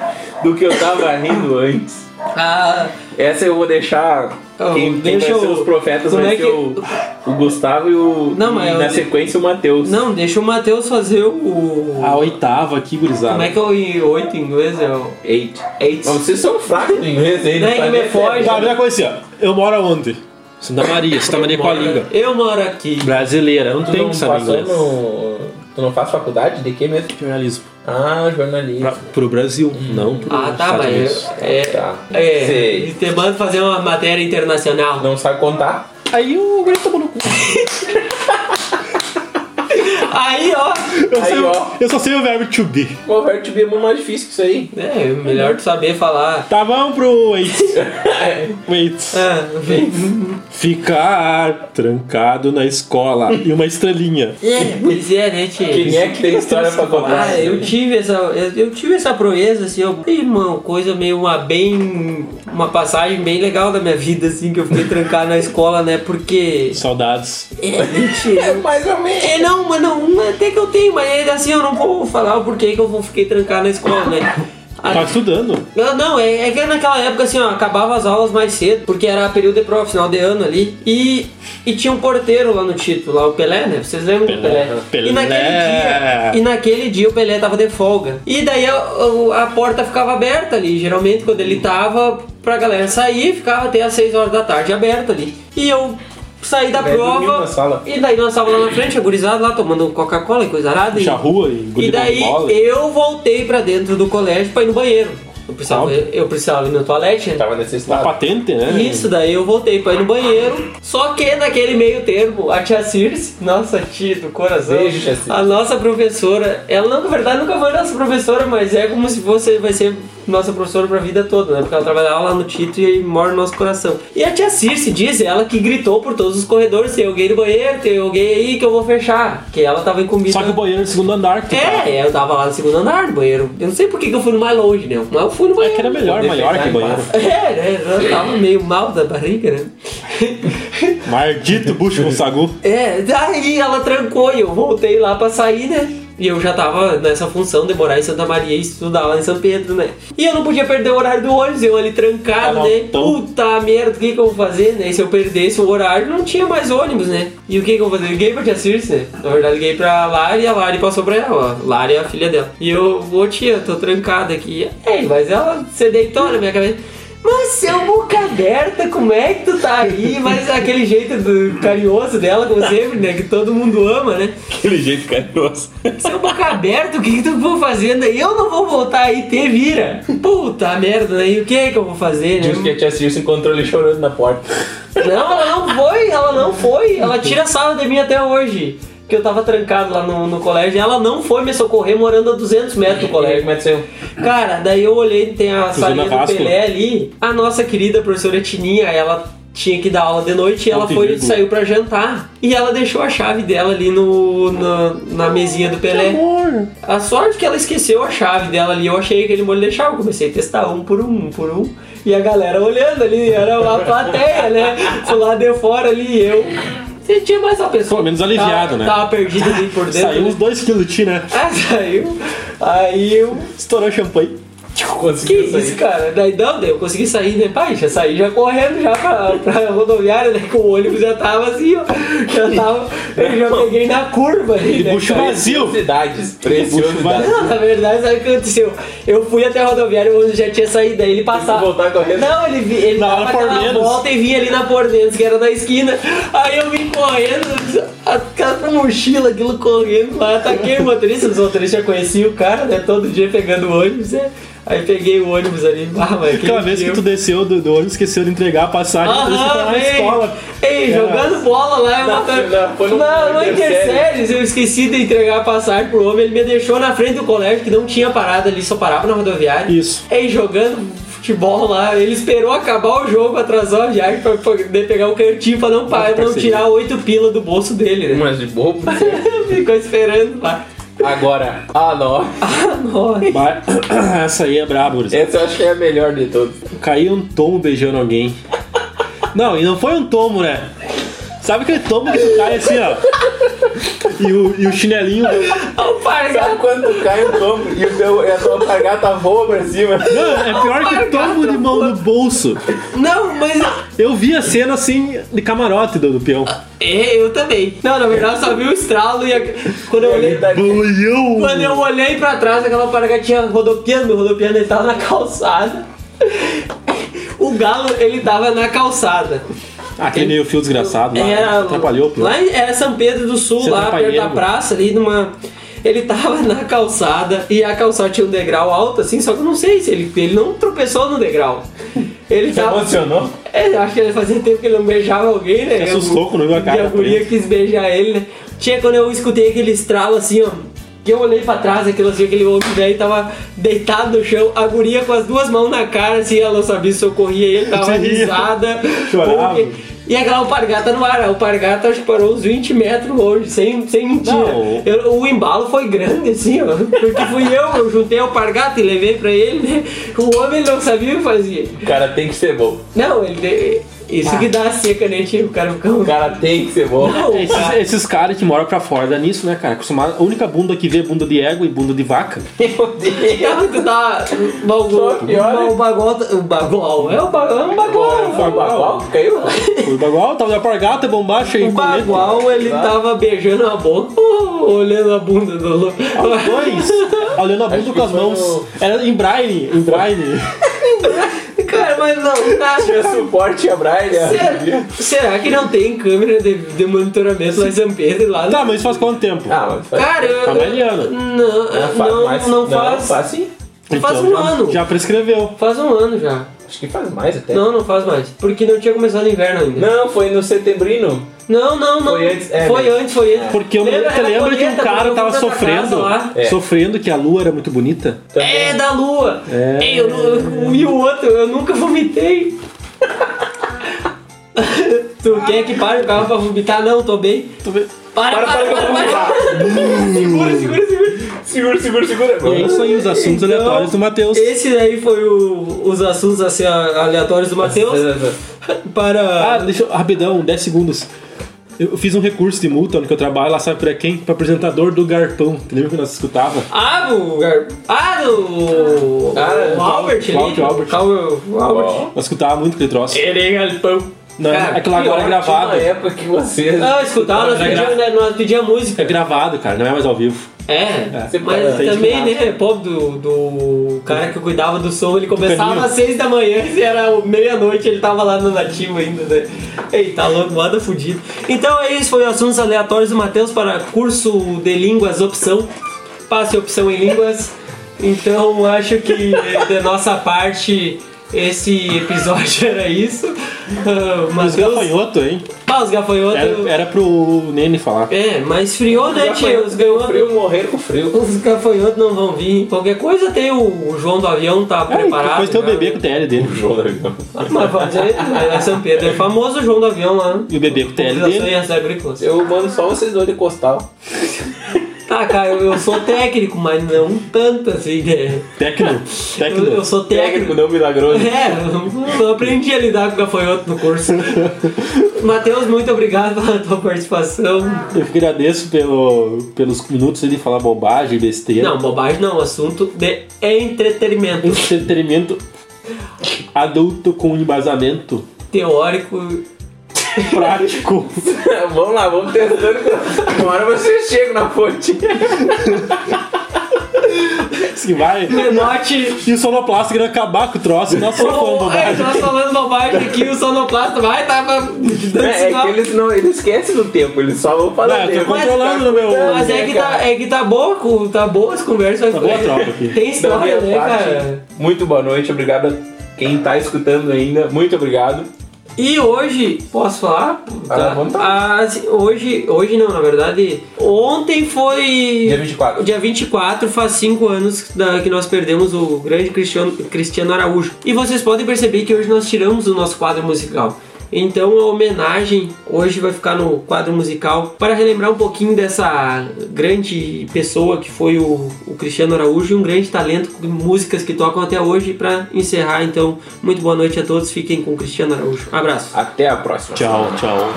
B: do que eu tava rindo antes.
A: Ah,
B: Essa eu vou deixar.
A: Oh,
B: Quem, quem
A: deixa
B: vai ser
A: eu-
B: os profetas
A: como
B: vai
A: é
B: ser
A: que-
B: o, o Gustavo e o.
A: Não, mas
B: e na
A: eu-
B: sequência o Matheus.
A: não, deixa o Matheus fazer o.
E: a oitava aqui, gurizada.
A: Como é que é o oito em inglês? É o.
B: Eight.
A: Eight.
B: Mas vocês são fracos no inglês, hein?
A: Nem
B: Sabe
A: me
B: até-
A: foge.
E: Tá, primeira coisa assim, ó. Eu moro onde? Santa Maria, Santa Maria é com a língua.
A: Eu moro aqui.
E: Brasileira, não
B: Tu
E: tem
B: não
E: que saber
B: passou
E: inglês.
B: no- Tu não faz faculdade de quê mesmo?
E: Jornalismo.
B: Ah, jornalismo.
E: Pra, pro Brasil, não pro
A: Ah, tá,
E: Estados
A: mas.
E: Unidos.
A: É.
B: Tá.
A: É.
B: Sei.
A: E te mando fazer uma matéria internacional.
B: Não sabe contar?
E: Aí o Grêmio tomou no cu.
A: Aí, ó.
E: Eu,
B: Aí,
E: sei-
B: ó.
E: eu só sei o verbo to be.
B: O verbo to be é muito mais difícil que isso aí.
A: É, melhor tu saber falar.
E: Tá, vamos pro wait. É. wait.
A: Ah, bem.
E: Ficar trancado na escola e uma estrelinha.
A: É, pois é, né,
B: Quem
A: tchê?
B: é que tem história pra contar?
A: Ah, eu tive essa. Eu, eu tive essa proeza, assim, eu. Ih, Irmão, coisa meio uma bem. Uma passagem bem legal da minha vida, assim, que eu fiquei trancado na escola, né? Porque.
E: Saudades.
A: É, mentira.
B: Mais ou menos.
A: É, não, mas não, uma até que eu tenho, mas ainda assim eu não vou falar o porquê que eu vou- fiquei trancado na escola, né? Ah,
E: Tá estudando.
A: Não, não, é, é que naquela época assim, ó, acabava as aulas mais cedo, porque era período de prova, final de ano ali, e, e tinha um porteiro lá no título, lá o Pelé, né? Vocês lembram do
E: Pelé.
A: Pelé?
E: Pelé.
A: E naquele dia, e naquele dia o Pelé tava de folga. E daí a, o- a porta ficava aberta ali, geralmente quando ele tava, pra galera sair, ficava até às 6 horas da tarde aberta ali. E eu saí da
B: Pelé dormiu
A: prova,
B: na sala.
A: e daí nós tava lá na frente, agurizado lá, tomando Coca-Cola e coisa arada. e-
E: Puxa a rua e
A: e
E: engolindo
A: daí
E: bola.
A: eu voltei pra dentro do colégio pra ir no banheiro. Eu precisava,
E: Óbvio.
A: eu precisava ir no toalete, né?
B: Tava
E: A
B: necessitado.
E: patente, né?
A: Isso, daí eu voltei pra ir no banheiro. Só que naquele meio termo, a tia Circe, nossa tia do coração,
B: Beijo, tia Circe.
A: a nossa professora, ela não, na verdade nunca foi nossa professora, mas é como se fosse, vai ser nossa professora pra vida toda, né? Porque ela trabalhava lá no Tito e mora no nosso coração. E a tia Circe diz, ela que gritou por todos os corredores: tem alguém no banheiro, tem alguém aí que eu vou fechar. Que ela tava incumbida.
E: Só que o banheiro é no segundo andar. Que tu tá.
A: É, eu tava lá no segundo andar do banheiro. Eu não sei por que, que eu fui no mais longe, né? Mas eu fui no banheiro.
E: tá- É Que era melhor, maior que o banheiro.
A: É, né? Eu tava meio mal da barriga, né?
E: Maldito bucho com sagu.
A: É, daí ela trancou e eu voltei lá pra sair, né? E eu já tava nessa função de morar em Santa Maria e estudar lá em São Pedro, né? E eu não podia perder o horário do ônibus, eu ali trancado,
E: Tava
A: né?
E: tão-
A: Puta merda, o que que eu vou fazer, né? E se eu perdesse o horário, não tinha mais ônibus, né? E o que que eu vou fazer? Eu liguei pra tia Circe, né? Na verdade, liguei pra Lari e a Lari passou pra ela, ó. Lari é a filha dela. E eu, ô tia, tô trancada aqui. Ei, mas ela se deitou na minha cabeça. Mas seu boca aberta, como é que tu tá aí? Mas aquele jeito do carinhoso dela, como sempre, né? Que todo mundo ama, né?
B: Aquele jeito carinhoso.
A: Seu boca aberta, o que, que tu vou fazendo aí? Eu não vou voltar aí, te vira. Puta merda, né? E o que é que eu vou fazer, né?
B: Diz que a tia Circe encontrou ele chorando na porta.
A: Não, ela não foi, ela não foi. Ela tira sarro de mim até hoje. Que eu tava trancado lá no, no colégio. Ela não foi me socorrer morando a 200 metros do colégio.
B: Como é que saiu?
A: Cara, daí eu olhei, tem a salinha do
E: Vasco.
A: Pelé ali. A nossa querida professora Tininha, ela tinha que dar aula de noite e ela
E: tem né?
A: foi,
E: vírgula.
A: saiu pra jantar. E ela deixou a chave dela ali no, na, na mesinha do Pelé. A sorte que ela esqueceu a chave dela ali. Eu achei que ele molho deixava. Eu comecei a testar um por um, um por um. E a galera olhando ali, era uma plateia, né? Do lado de fora ali, eu. Você tinha mais uma pessoa.
E: Pelo menos
A: que
E: aliviado,
A: tava,
E: né?
A: Tava perdido ali por dentro.
E: Saiu uns 2 quilos de ti, né?
A: Ah, saiu. Aí eu.
E: Estourou o champanhe.
A: Que
B: Conseguiu
A: isso, cara? Daí não, daí eu consegui sair, né? Pai, já saí já correndo já pra, pra rodoviária, né? Com o ônibus já tava assim, ó. Já tava. Eu já peguei na curva ali, né?
E: Bucho
A: cara?
E: vazio.
B: Preciosidades.
E: Puxa,
B: Preciosidades.
A: Não, na verdade, sabe o que aconteceu? Eu fui até a rodoviária, o ônibus já tinha saído, daí ele passava.
B: Tem que voltar correndo.
A: Não, ele, vi- ele
E: Na
A: dava
E: hora por
A: aquela
E: menos.
A: volta e vinha ali na Pordense, que era na esquina. Aí eu vim correndo, a cara com a mochila, aquilo correndo lá, ataquei o motorista, os motoristas já conheciam o cara, né? Todo dia pegando o ônibus, né? Aí peguei o ônibus ali, ah, mas aquele
E: Aquela vez
A: dia
E: que
A: eu-
E: tu desceu do, do ônibus, esqueceu de entregar a passagem, tu desceu pra
A: Aham,
E: tá lá na
A: ei,
E: escola. É.
A: ei, jogando bola lá, eu
B: Não,
A: matava-
B: não, foi no-
A: não,
B: no
A: não
B: Interséries.
A: interséries, eu esqueci de entregar a passagem pro homem, ele me deixou na frente do colégio que não tinha parada ali, só parava na rodoviária.
E: Isso.
A: Ei, jogando futebol lá, ele esperou acabar o jogo, atrasou a viagem pra poder pegar o cantinho pra não, pa- não
B: parceria.
A: tirar oito pila do bolso dele, né?
B: Mas de bobo.
A: Ficou esperando lá.
B: Agora, a nove.
A: Nossa.
E: Ba- Essa aí é brabo, gurizada.
B: Essa eu acho que é a melhor de todas.
E: Caiu um tombo beijando alguém. Não, e não foi um tombo, né? Sabe aquele tombo que tu cai assim, ó? E o, e o chinelinho.
B: Sabe quando cai o tombo e o teu, e a tua alpargata voa pra cima?
E: Não, é pior que tombo de mão no bolso.
A: Não, mas
E: Eu vi a cena assim de camarote do, do peão.
A: é, eu também. Não, na verdade eu só vi o estralo e a- quando eu
B: tá
A: olhei.
E: Bolhão!
A: Quando eu olhei pra trás, aquela paragatinha rodopiando, rodopiando, ele tava na calçada. O galo, ele tava na calçada.
E: Ah, Aquele meio fio desgraçado lá.
A: Era,
E: Ah, atrapalhou, pô.
A: É, lá em- era São Pedro do Sul,
E: Se
A: lá perto da
E: atrapalhou.
A: praça, ali numa. Ele tava na calçada e a calçada tinha um degrau alto, assim, só que eu não sei se ele, ele não tropeçou no degrau. Ele
B: Se
A: tava.
B: emocionou?
A: É, eu acho que ele fazia tempo que ele não beijava alguém, né?
E: Se assustou quando viu a
A: E
E: cara assim.
A: a
E: da
A: guria
E: frente.
A: quis beijar ele, né? Tinha quando eu escutei aquele estralo assim, ó. Que eu olhei pra trás, aquilo assim, aquele homem velho tava deitado no chão, a guria com as duas mãos na cara, assim, ela não sabia se eu corria ele, tava
E: Sim.
A: risada.
E: Chorava.
A: Porque- E aquela alpargata no ar, a alpargata acho que parou uns 20 metros longe, sem, sem mentira.
E: Não.
A: Eu- o embalo foi grande, assim, ó. Porque fui eu, eu juntei a alpargata e levei pra ele, né? O homem não sabia o que fazia.
B: O cara tem que ser bom.
A: Não, ele. Isso que dá a seca, né, tio? O cara fica.
B: O cara tem que ser bom.
A: Não,
E: Esses,
A: cara.
E: esses caras que moram pra fora dá nisso, né, cara? Acostumado, a única bunda que vê é bunda de égua e bunda de vaca.
B: Meu Deus.
A: Não, Então, tu tá dá bagulho.
B: Só que olha-
A: O bagol. O bagol. É o bagol. É um bagol.
B: Foi o Bagual que caiu?
E: O bagual tava de alpargata, bombacha e
A: O Um bagual, ele tava beijando a boca, olhando a bunda do louco.
E: Dois, olhando a bunda
B: que
E: com as
B: foi
E: mãos. Era em braille, em braille.
A: Cara, mas não, tá.
B: Tinha suporte a Braille.
A: Será, será que não tem câmera de, de monitoramento lá em São Pedro lá?
E: Tá, mas isso faz quanto tempo?
B: Ah, mas faz-
A: Cara, eu.
E: Tá malhando.
A: Não,
B: mas faz-
A: não,
B: mas-
A: não faz.
B: faz sim.
A: faz um
E: Então, já,
A: ano.
E: Já prescreveu.
A: Faz um ano já.
B: Acho que faz mais até.
A: Não, não faz mais. Porque não tinha começado o inverno ainda.
B: Não, foi no setembrino.
A: Não, não, não.
B: Foi antes, é,
A: foi
B: né?
A: antes, foi antes.
E: Porque eu
A: Lembra-
E: lembro,
A: era
E: lembra que um
A: colheita,
E: cara
A: quando
E: tava
A: eu fui pra
E: sofrendo,
A: casa lá.
B: É.
E: sofrendo que a lua era muito bonita.
A: É, da lua.
E: É.
A: Ei, eu nu- e o outro, eu nunca vomitei. tu quer que pare o carro pra vomitar? Não, tô bem.
E: Tu vê-
A: Para, para, para, para. Segura, segura, segura.
B: Segura, segura, segura.
E: E é isso aí, os assuntos
A: Então,
E: aleatórios do Matheus.
A: Esse daí foi o- os assuntos assim, a- aleatórios do Matheus.
E: Ah,
A: Para.
E: deixa eu, rapidão, 10 segundos. Eu fiz um recurso de multa no que eu trabalho, lá sabe pra quem? Pra apresentador do Garpão. que Lembra que nós escutava?
A: Ah, do. Gar- Ah, do.
B: Ah,
A: o Albert ali.
E: Cláudio Albert.
A: Cláudio Albert.
E: Nós escutava muito aquele troço.
A: Ele galpão.
E: Não, é que lá agora é gravado.
B: Na época que você.
A: Não, escutar, Ah, nós
E: Mas é
A: pedíamos, né, nós pedíamos
E: É
A: música.
E: gravado, cara, não é mais ao vivo.
A: É,
B: Você
A: mas
B: pode-
A: também, né, pobre do, do cara que cuidava do som, ele começava
E: Tucaninho.
A: às seis da manhã e era meia-noite, ele tava lá no nativo ainda, né? Eita, louco, nada fudido. Então é isso, foi o Assuntos Aleatórios do Matheus para curso de línguas opção. Passe opção em línguas. Então acho que eh, da nossa parte... Esse episódio era isso. Ah,
E: Mas
A: Matheus.
E: gafanhoto, hein?
A: Ah, os gafanhotos.
E: Era, era pro Nene falar.
A: É, mas friou, né, tio? Os gafanhotos.
B: Frio morrer com frio.
A: Os gafanhotos não vão vir. Qualquer coisa tem o, o João do Avião tá
E: Ai,
A: preparado.
E: É, Depois tem o
A: já.
E: bebê com o TL dele.
A: Mas vai dizer, é São Pedro é famoso o João do Avião lá. né?
E: E o bebê com o TL É dele.
A: Organizações agrícolas.
B: Eu mando só vocês dois de costal.
A: Tá, cara, eu, eu sou técnico, mas não tanto assim, né?
E: Tecno.
A: Eu,
E: Tecno.
A: eu sou técnico.
B: não milagroso.
A: É, eu não- não aprendi a lidar com gafanhoto no curso. Matheus, muito obrigado pela tua participação.
E: Eu que agradeço pelo, pelos minutos de falar bobagem, besteira.
A: Não, bobagem não, assunto de entretenimento.
E: Entretenimento adulto com embasamento
A: teórico.
E: prático.
B: vamos lá, vamos testando. Uma hora você chega na fonte.
E: Assim, vai.
A: Menote.
E: E o sonoplasta querendo acabar com o troço. Nossa, só falando
A: Oh, é,
E: bobagem.
A: nós falando bobagem aqui, o sonoplasta vai, tá pra- dando
B: É, é
A: sinal.
B: que eles não eles esquecem do tempo, eles só vão falar
E: Não, eu tô
B: tempo.
E: controlando no meu-
A: Mas é que, tá, é que tá boa, cu- tá boa as conversas.
E: Tá boa a troca aqui.
A: Tem
B: Da minha
A: história, né,
B: parte,
A: cara?
B: Muito boa noite, obrigado a quem tá escutando ainda. Muito obrigado.
A: E hoje, posso falar?
B: Vai lá, vamos
A: Ah, assim, hoje, hoje não, na verdade. Ontem foi.
B: Dia 24.
A: Dia 24, faz 5 anos da- que nós perdemos o grande Cristiano, Cristiano Araújo. E vocês podem perceber que hoje nós tiramos o nosso quadro musical. Então a homenagem hoje vai ficar no quadro musical para relembrar um pouquinho dessa grande pessoa que foi o, o Cristiano Araújo e um grande talento com músicas que tocam até hoje para encerrar. Então, muito boa noite a todos, fiquem com o Cristiano Araújo. Abraço.
B: Até a próxima.
E: Tchau, tchau.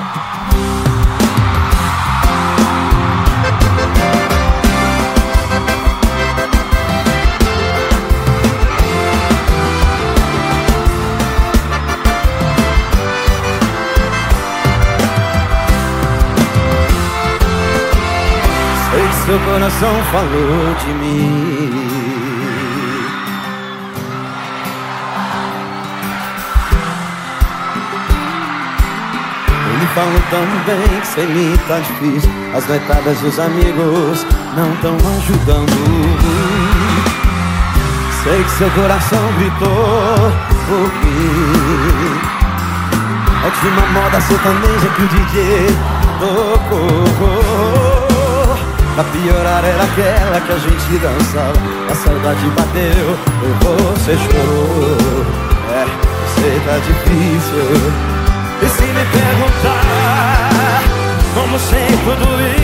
F: Sei que seu coração falou de mim. Ele falou tão bem que sem mim tá difícil. As noitadas dos amigos não tão ajudando. Sei que seu coração gritou por mim. É de uma moda sertaneja que o DJ tocou Pra piorar era aquela que a gente dançava E a saudade bateu e você chorou É, sei tá difícil E se me perguntar como sei tudo isso Um Oh,